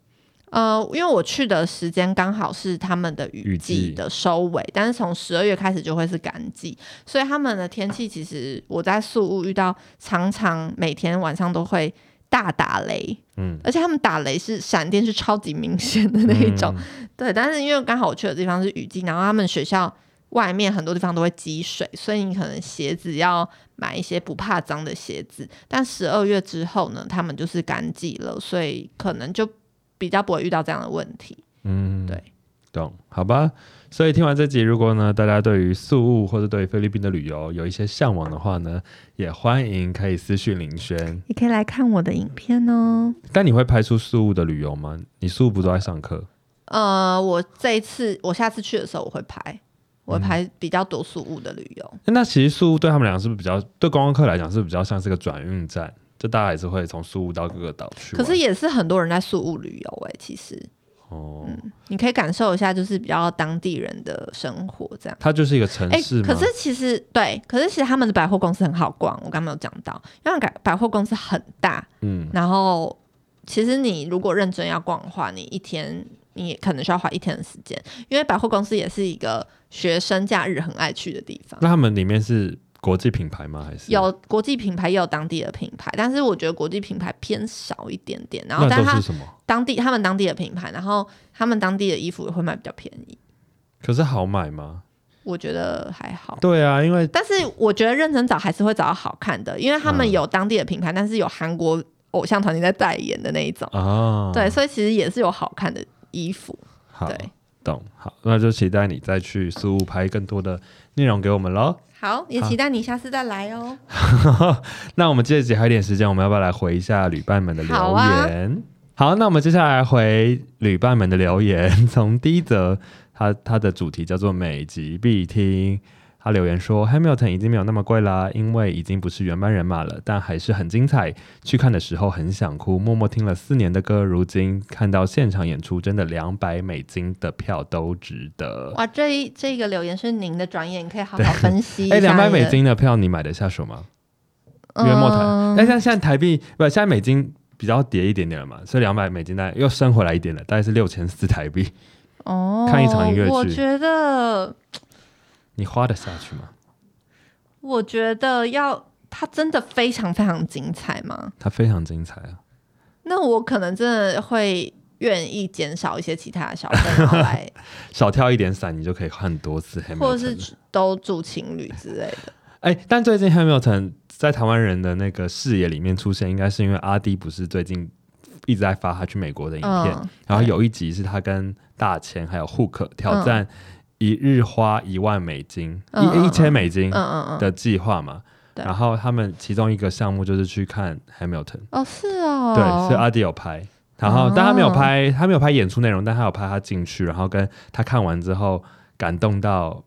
Speaker 2: 呃，因为我去的时间刚好是他们的雨
Speaker 1: 雨季
Speaker 2: 季的收尾，但是从十二月开始就会是干季，所以他们的天气其实我在宿务遇到，常常每天晚上都会大打雷，
Speaker 1: 嗯，
Speaker 2: 而且他们打雷是闪电是超级明显的那一种，对。但是因为刚好我去的地方是雨季，然后他们学校外面很多地方都会积水，所以你可能鞋子要买一些不怕脏的鞋子。但十二月之后呢，他们就是干季了，所以可能就比较不会遇到这样的问题。
Speaker 1: 嗯，
Speaker 2: 对，
Speaker 1: 懂，好吧。所以听完这集，如果呢大家对于宿务或者对于菲律宾的旅游有一些向往的话呢，也欢迎可以私讯林轩。
Speaker 2: 你可以来看我的影片哦。
Speaker 1: 但你会拍出宿务的旅游吗？你宿务不都在上课？
Speaker 2: 呃，我这一次，我下次去的时候我会拍，我会拍比较多宿务的旅游。
Speaker 1: 那其实宿务对他们俩是不是比较对观光客来讲是比较像是个转运站？就大家也是会从宿务到各个岛去
Speaker 2: 可
Speaker 1: 玩。
Speaker 2: 是也是很多人在宿务旅游诶、其实
Speaker 1: 哦，
Speaker 2: 你可以感受一下，就是比较当地人的生活这样。
Speaker 1: 它就是一个城
Speaker 2: 诶
Speaker 1: 市嘛。
Speaker 2: 可是其实对，可是其实他们的百货公司很好逛，我刚没有讲到，因为百百货公司很大，
Speaker 1: 嗯，
Speaker 2: 然后其实你如果认真要逛的话，你一天你可能需要花一天的时间，因为百货公司也是一个学生假日很爱去的地方。
Speaker 1: 那他们里面是国际品牌吗？还是
Speaker 2: 有国际品牌，也有当地的品牌，但是我觉得国际品牌偏少一点点。然后，但
Speaker 1: 那都
Speaker 2: 它
Speaker 1: 是什么？
Speaker 2: 当地他们当地的品牌，然后他们当地的衣服也会卖比较便宜，
Speaker 1: 可是好买吗？
Speaker 2: 我觉得还好。
Speaker 1: 对啊，因为
Speaker 2: 但是我觉得认真找还是会找到好看的，因为他们
Speaker 1: 嗯
Speaker 2: 有当地的品牌，但是有韩国偶像团体在代言的那一种，
Speaker 1: 啊，
Speaker 2: 对，，所以其实也是有好看的衣服，
Speaker 1: 好，
Speaker 2: 对。
Speaker 1: 懂，好，那就期待你再去苏拍更多的内容给我们喽。
Speaker 2: 好，也期待你下次再来哦。
Speaker 1: 那我们这集还有一点时间，我们要不要来回一下旅伴们的留
Speaker 2: 好啊
Speaker 1: 言？好那我们接下来回旅伴们的留言，从第一则，它它的主题叫做“每集必听”。他留言说：“Hamilton 已经没有那么贵啦，因为已经不是原班人马了，但还是很精彩。去看的时候很想哭，默默听了四年的歌，如今看到现场演出，真的两百美金的票都值得。
Speaker 2: [laughs] 哇，这一这个留言是您的专业，你可以好好分析一
Speaker 1: [laughs]
Speaker 2: 下。
Speaker 1: 哎，两百美金的票你买得下手吗？
Speaker 2: 嗯，
Speaker 1: 月末台，但像现在台币不，现在美金比较跌一点点了嘛，所以两百美金大概又升回来一点了，大概是六千四台币，
Speaker 2: 哦，
Speaker 1: 看一场音乐剧
Speaker 2: 我觉得，
Speaker 1: 你花得下去吗？
Speaker 2: 我觉得要它真的非常非常精彩吗？
Speaker 1: 它非常精彩啊！
Speaker 2: 那我可能真的会愿意减少一些其他的小费，
Speaker 1: [laughs]
Speaker 2: 然后来，
Speaker 1: 少跳一点伞，你就可以看多次 Hamilton
Speaker 2: 或者
Speaker 1: 了
Speaker 2: 是都住情侣之类的。
Speaker 1: 哎、但最近 Hamilton 在台湾人的那个视野里面出现，应该是因为阿迪不是最近一直在发他去美国的影片，
Speaker 2: 嗯
Speaker 1: 然后有一集是他跟大前还有 Hook 挑战一日花一万美金，
Speaker 2: 嗯嗯
Speaker 1: 一一千美金
Speaker 2: 嗯嗯嗯，
Speaker 1: 的计划嘛。
Speaker 2: 对
Speaker 1: 然后他们其中一个项目就是去看 Hamilton，、
Speaker 2: 哦是哦，
Speaker 1: 对，啊所以阿迪有拍。然后，但他没有拍，他没有拍演出内容，但他有拍他进去，然后跟他看完之后感动到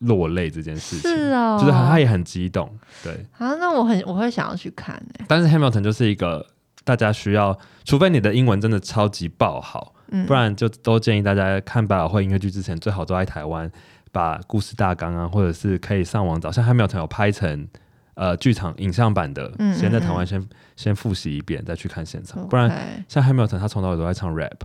Speaker 1: 落泪这件事情，
Speaker 2: 是哦，
Speaker 1: 就是他他也很激动，对。
Speaker 2: 啊，那我很我会想要去看欸诶、
Speaker 1: 但是 Hamilton 就是一个大家需要，除非你的英文真的超级爆好，
Speaker 2: 嗯
Speaker 1: 不然就都建议大家看百老汇音乐剧之前，最好都在台湾把故事大纲啊，或者是可以上网找，像 Hamilton 有拍成呃剧场影像版的，
Speaker 2: 嗯
Speaker 1: 先在台
Speaker 2: 嗯
Speaker 1: 湾
Speaker 2: 嗯
Speaker 1: 先先复习一遍，再去看现场。
Speaker 2: OK
Speaker 1: 不然像 Hamilton 他从头到尾都在唱 rap，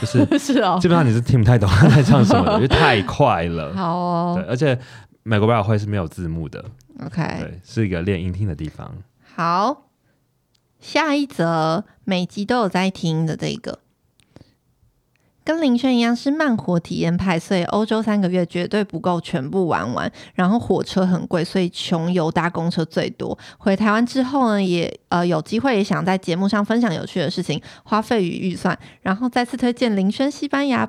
Speaker 1: 就是
Speaker 2: [laughs] 是哦
Speaker 1: 基，本上你是听不太懂他在唱什么
Speaker 2: [laughs]
Speaker 1: 的，因为太快了。
Speaker 2: 好
Speaker 1: 对，
Speaker 2: 哦
Speaker 1: 而且美国百老汇是没有字幕的，
Speaker 2: ，OK，
Speaker 1: 对，是一个练音听的地方。
Speaker 2: 好。下一则每集都有在听的这个，跟林轩一样是慢活体验派，所以欧洲三个月绝对不够全部玩完。然后火车很贵，所以穷游搭公车最多。回台湾之后呢，也呃有机会也想在节目上分享有趣的事情，花费与预算。然后再次推荐林轩西班牙、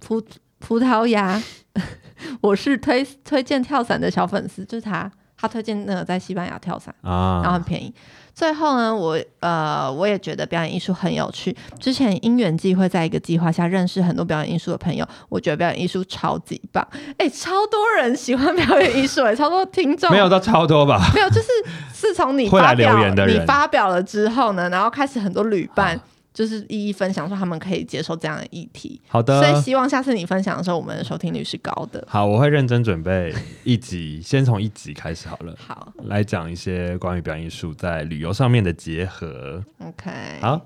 Speaker 2: 葡葡萄牙， [laughs] 我是推推荐跳伞的小粉丝，就是他，他推荐那个在西班牙跳伞。
Speaker 1: 啊，
Speaker 2: 然后很便宜。最后呢，我呃我也觉得表演艺术很有趣。之前因缘际会，在一个计划下认识很多表演艺术的朋友，我觉得表演艺术超级棒。哎、超多人喜欢表演艺术、哎，超多听众
Speaker 1: 没有到超多吧？
Speaker 2: 没有，就是自从
Speaker 1: [laughs]
Speaker 2: 你
Speaker 1: 会来
Speaker 2: 发表
Speaker 1: 留言的人
Speaker 2: 你发表了之后呢，然后开始很多旅伴、
Speaker 1: 啊
Speaker 2: 就是一一分享说他们可以接受这样的议题，
Speaker 1: 好的，
Speaker 2: 所以希望下次你分享的时候，我们的收听率是高的。
Speaker 1: 好，我会认真准备一集，先从一集开始好了，
Speaker 2: 好
Speaker 1: 来讲一些关于表演艺术在旅游上面的结合。
Speaker 2: ，OK，
Speaker 1: 好，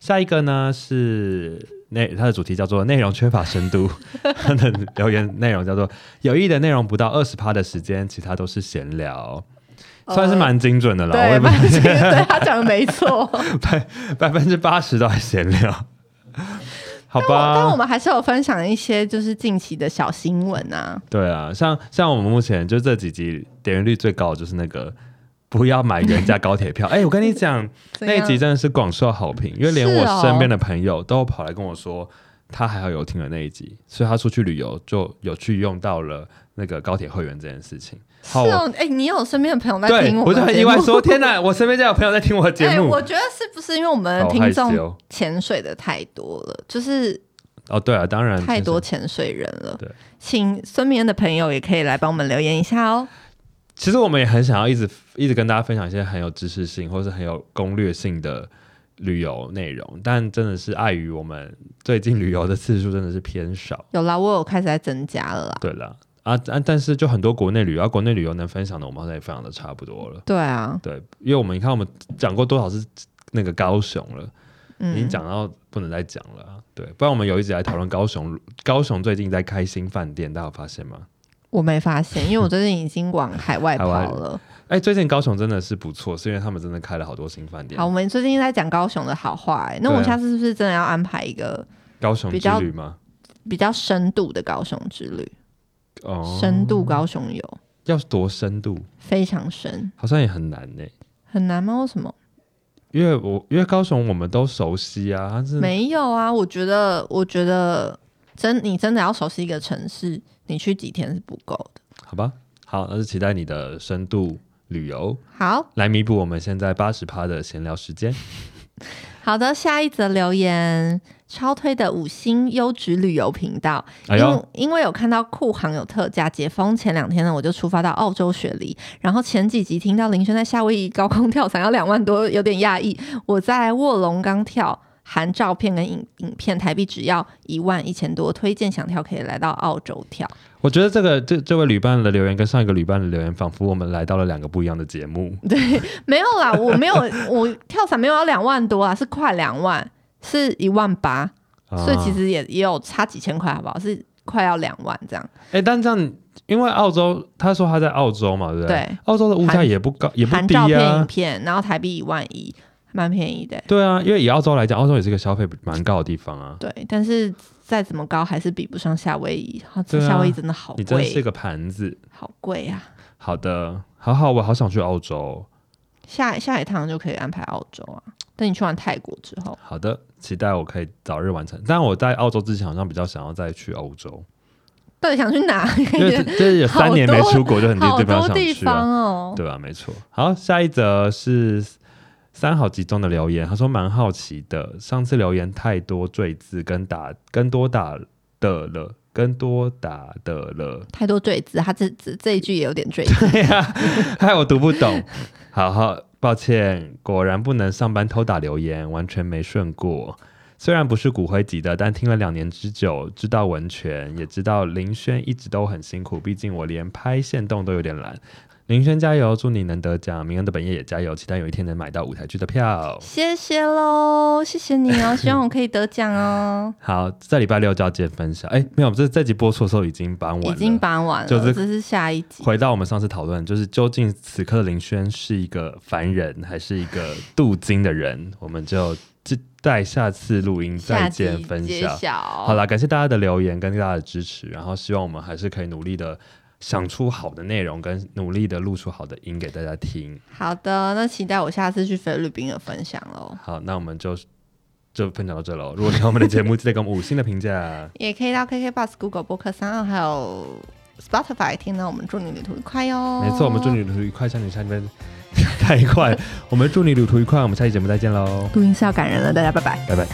Speaker 1: 下一个呢是内，它的主题叫做“内容缺乏深度”， [laughs] 它的留言内容叫做“有意义的内容不到二十趴的时间，其他都是闲聊”。算是蛮精准的啦，我
Speaker 2: 哦对，
Speaker 1: 也不
Speaker 2: 蛮对他讲的没错。
Speaker 1: [laughs] 百分之八十都还闲
Speaker 2: [laughs]
Speaker 1: 聊，好吧？
Speaker 2: 但我们还是有分享一些就是近期的小新闻啊，
Speaker 1: 对啊，像像我们目前就这几集点阅率最高的就是那个不要买原价高铁
Speaker 2: [laughs]
Speaker 1: 票。哎、我跟你讲，
Speaker 2: 怎
Speaker 1: 那一
Speaker 2: 样
Speaker 1: 集真的是广受好评，因为连
Speaker 2: 是哦
Speaker 1: 我身边的朋友都跑来跟我说，他还好有听了那一集，所以他出去旅游就有去用到了那个高铁会员这件事情。
Speaker 2: 是
Speaker 1: 好，我
Speaker 2: 哦，哎、你有身边的朋友在
Speaker 1: 对
Speaker 2: 听我
Speaker 1: 我
Speaker 2: 们
Speaker 1: 就
Speaker 2: 的
Speaker 1: 很
Speaker 2: 节
Speaker 1: 意
Speaker 2: 目
Speaker 1: 外说，天哪，我身边就有朋友在听我的节
Speaker 2: [laughs] 哎
Speaker 1: 目
Speaker 2: 我。觉得是不是因为我们
Speaker 1: 好
Speaker 2: 的
Speaker 1: 害
Speaker 2: 听众
Speaker 1: 羞
Speaker 2: 潜水的太多了，就是
Speaker 1: 哦，对啊，当然
Speaker 2: 太
Speaker 1: 就是
Speaker 2: 多潜水人了
Speaker 1: 对。
Speaker 2: 请身边的朋友也可以来帮我们留言一下哦。
Speaker 1: 其实我们也很想要一直一直跟大家分享一些很有知识性或是很有攻略性的旅游内容，但真的是碍于我们最近旅游的次数真的是偏少。
Speaker 2: 有啦，我有开始在增加了啦。
Speaker 1: 对了啊啊，但是就很多国内旅游，啊、国内旅游能分享的，我们好像也分享的差不多了。
Speaker 2: 对啊，
Speaker 1: 对，因为我们你看我们讲过多少次那个高雄了，已经
Speaker 2: 嗯，
Speaker 1: 讲到不能再讲了啊、对，不然我们有一集来讨论高雄，高雄最近在开新饭店，大家有发现吗？
Speaker 2: 我没
Speaker 1: [laughs]
Speaker 2: 发现，因为我最近已经往海外
Speaker 1: 海外
Speaker 2: 跑了。
Speaker 1: 哎，最近高雄真的是不错，是因为他们真的开了好多新饭店
Speaker 2: 好，。我们最近在讲高雄的好话、哎，那我
Speaker 1: 对啊
Speaker 2: 下次是不是真的要安排一个
Speaker 1: 高雄
Speaker 2: 比
Speaker 1: 之
Speaker 2: 较
Speaker 1: 旅吗？
Speaker 2: 比较深度的高雄之旅？
Speaker 1: 哦，
Speaker 2: 深度高雄游
Speaker 1: 要多深度，
Speaker 2: 非常深，
Speaker 1: 好像也很难呢、
Speaker 2: 很难吗？为什么？
Speaker 1: 因为我因为高雄我们都熟悉啊，它是
Speaker 2: 没有啊，我觉得，我觉得真你真的要熟悉一个城市，你去几天是不够的。
Speaker 1: 好吧？好，那就期待你的深度旅游，
Speaker 2: 好
Speaker 1: 来弥补我们现在八十趴的闲聊时
Speaker 2: [laughs]
Speaker 1: 间。
Speaker 2: 好的，下一则留言，超推的五星优质旅游频道，
Speaker 1: 哎
Speaker 2: 因
Speaker 1: 呦，
Speaker 2: 因为有看到酷航有特价，解封前两天呢，我就出发到澳洲雪梨。然后前几集听到林轩在夏威夷高空跳伞要两万多，有点讶异。我在卧龙岗跳，含照片跟影影片，台币只要一万一千多，推荐想跳可以来到澳洲跳。
Speaker 1: 我觉得这个这这位旅伴的留言跟上一个旅伴的留言，仿佛我们来到了两个不一样的节目。
Speaker 2: 没有啦，我没有，我跳伞没有要两万多啊，是快两万，是一万八，
Speaker 1: 啊
Speaker 2: 嗯所以其实也也有差几千块，好不好？是快要两万这样。
Speaker 1: 哎、但这样，因为澳洲，他说他在澳洲嘛，对不对？
Speaker 2: 对，
Speaker 1: 澳洲的物价也不高，也不
Speaker 2: 含
Speaker 1: 低
Speaker 2: 照片、影
Speaker 1: 啊。
Speaker 2: 片，然后台币一万一，蛮便宜的欸、
Speaker 1: 对啊，因为以澳洲来讲，澳洲也是一个消费蛮高的地方啊。
Speaker 2: 对，但是再怎么高还是比不上夏威夷。啊这
Speaker 1: 对啊
Speaker 2: 夏威夷真的好
Speaker 1: 你真是
Speaker 2: 贵，
Speaker 1: 个盘子。
Speaker 2: 好贵啊！
Speaker 1: 好的，好好，我好想去澳洲。
Speaker 2: 下下一趟就可以安排澳洲啊。等你去完泰国之后，
Speaker 1: 好的，期待我可以早日完成。但我在澳洲之前，好像比较想要再去欧
Speaker 2: [laughs]
Speaker 1: 洲，
Speaker 2: 到底想去哪？
Speaker 1: 因
Speaker 2: [laughs]
Speaker 1: 为这这有
Speaker 2: 好
Speaker 1: 三年没
Speaker 2: 多
Speaker 1: 出国，就很多
Speaker 2: 好
Speaker 1: 地方
Speaker 2: 多
Speaker 1: 想
Speaker 2: 地
Speaker 1: 去啊
Speaker 2: 方，哦。
Speaker 1: 对吧、没错。好，下一则是三好集中的留言，他说蛮好奇的，上次留言太多赘字跟打跟多打的了，跟多打的了，
Speaker 2: 太多赘字，他这这这一句也有点赘字。
Speaker 1: 对呀、 [laughs] 害哎我读不懂。好好，抱歉，果然不能上班偷打留言，完全没顺过。虽然不是骨灰级的，但听了两年之久，知道文泉，也知道林轩一直都很辛苦，毕竟我连拍线动都有点懒。林轩加油，祝你能得奖，明恩的本业也加油，期待有一天能买到舞台剧的票。。
Speaker 2: 谢谢喽，谢谢你哦，希望我可以得奖哦
Speaker 1: 好，在礼拜六就要见分享。哎、没有，这这集播出的时候已经搬 [laughs] 完了，
Speaker 2: 已经搬完了，
Speaker 1: 就是
Speaker 2: 这是下一集。
Speaker 1: 回到我们上次讨论，就是究竟此刻的林轩是一个凡人还是一个镀金的人，我们就这待下次录音再
Speaker 2: 下
Speaker 1: 见
Speaker 2: 集
Speaker 1: 分
Speaker 2: 揭
Speaker 1: 享。
Speaker 2: 晓。
Speaker 1: 好
Speaker 2: 好，
Speaker 1: 啦，感谢大家的留言跟大家的支持，然后希望我们还是可以努力的想出好的内容，跟努力的录出好的音给大家听。
Speaker 2: 好的，那期待我下次去菲律宾的分享喽。
Speaker 1: 好，那我们就就分享到这喽。如果喜欢我们的节目，记得给我们五星的评价。
Speaker 2: 也可以到 KK Bus、Google 播客三二还有 Spotify 听到我们祝你旅途愉快哟。
Speaker 1: 没错，我们祝你旅途愉快，像你下面 [laughs] 太快，我们祝你旅途愉快，我们下期节目再见喽，
Speaker 2: 录音是要感人了，大家拜拜。
Speaker 1: 拜拜。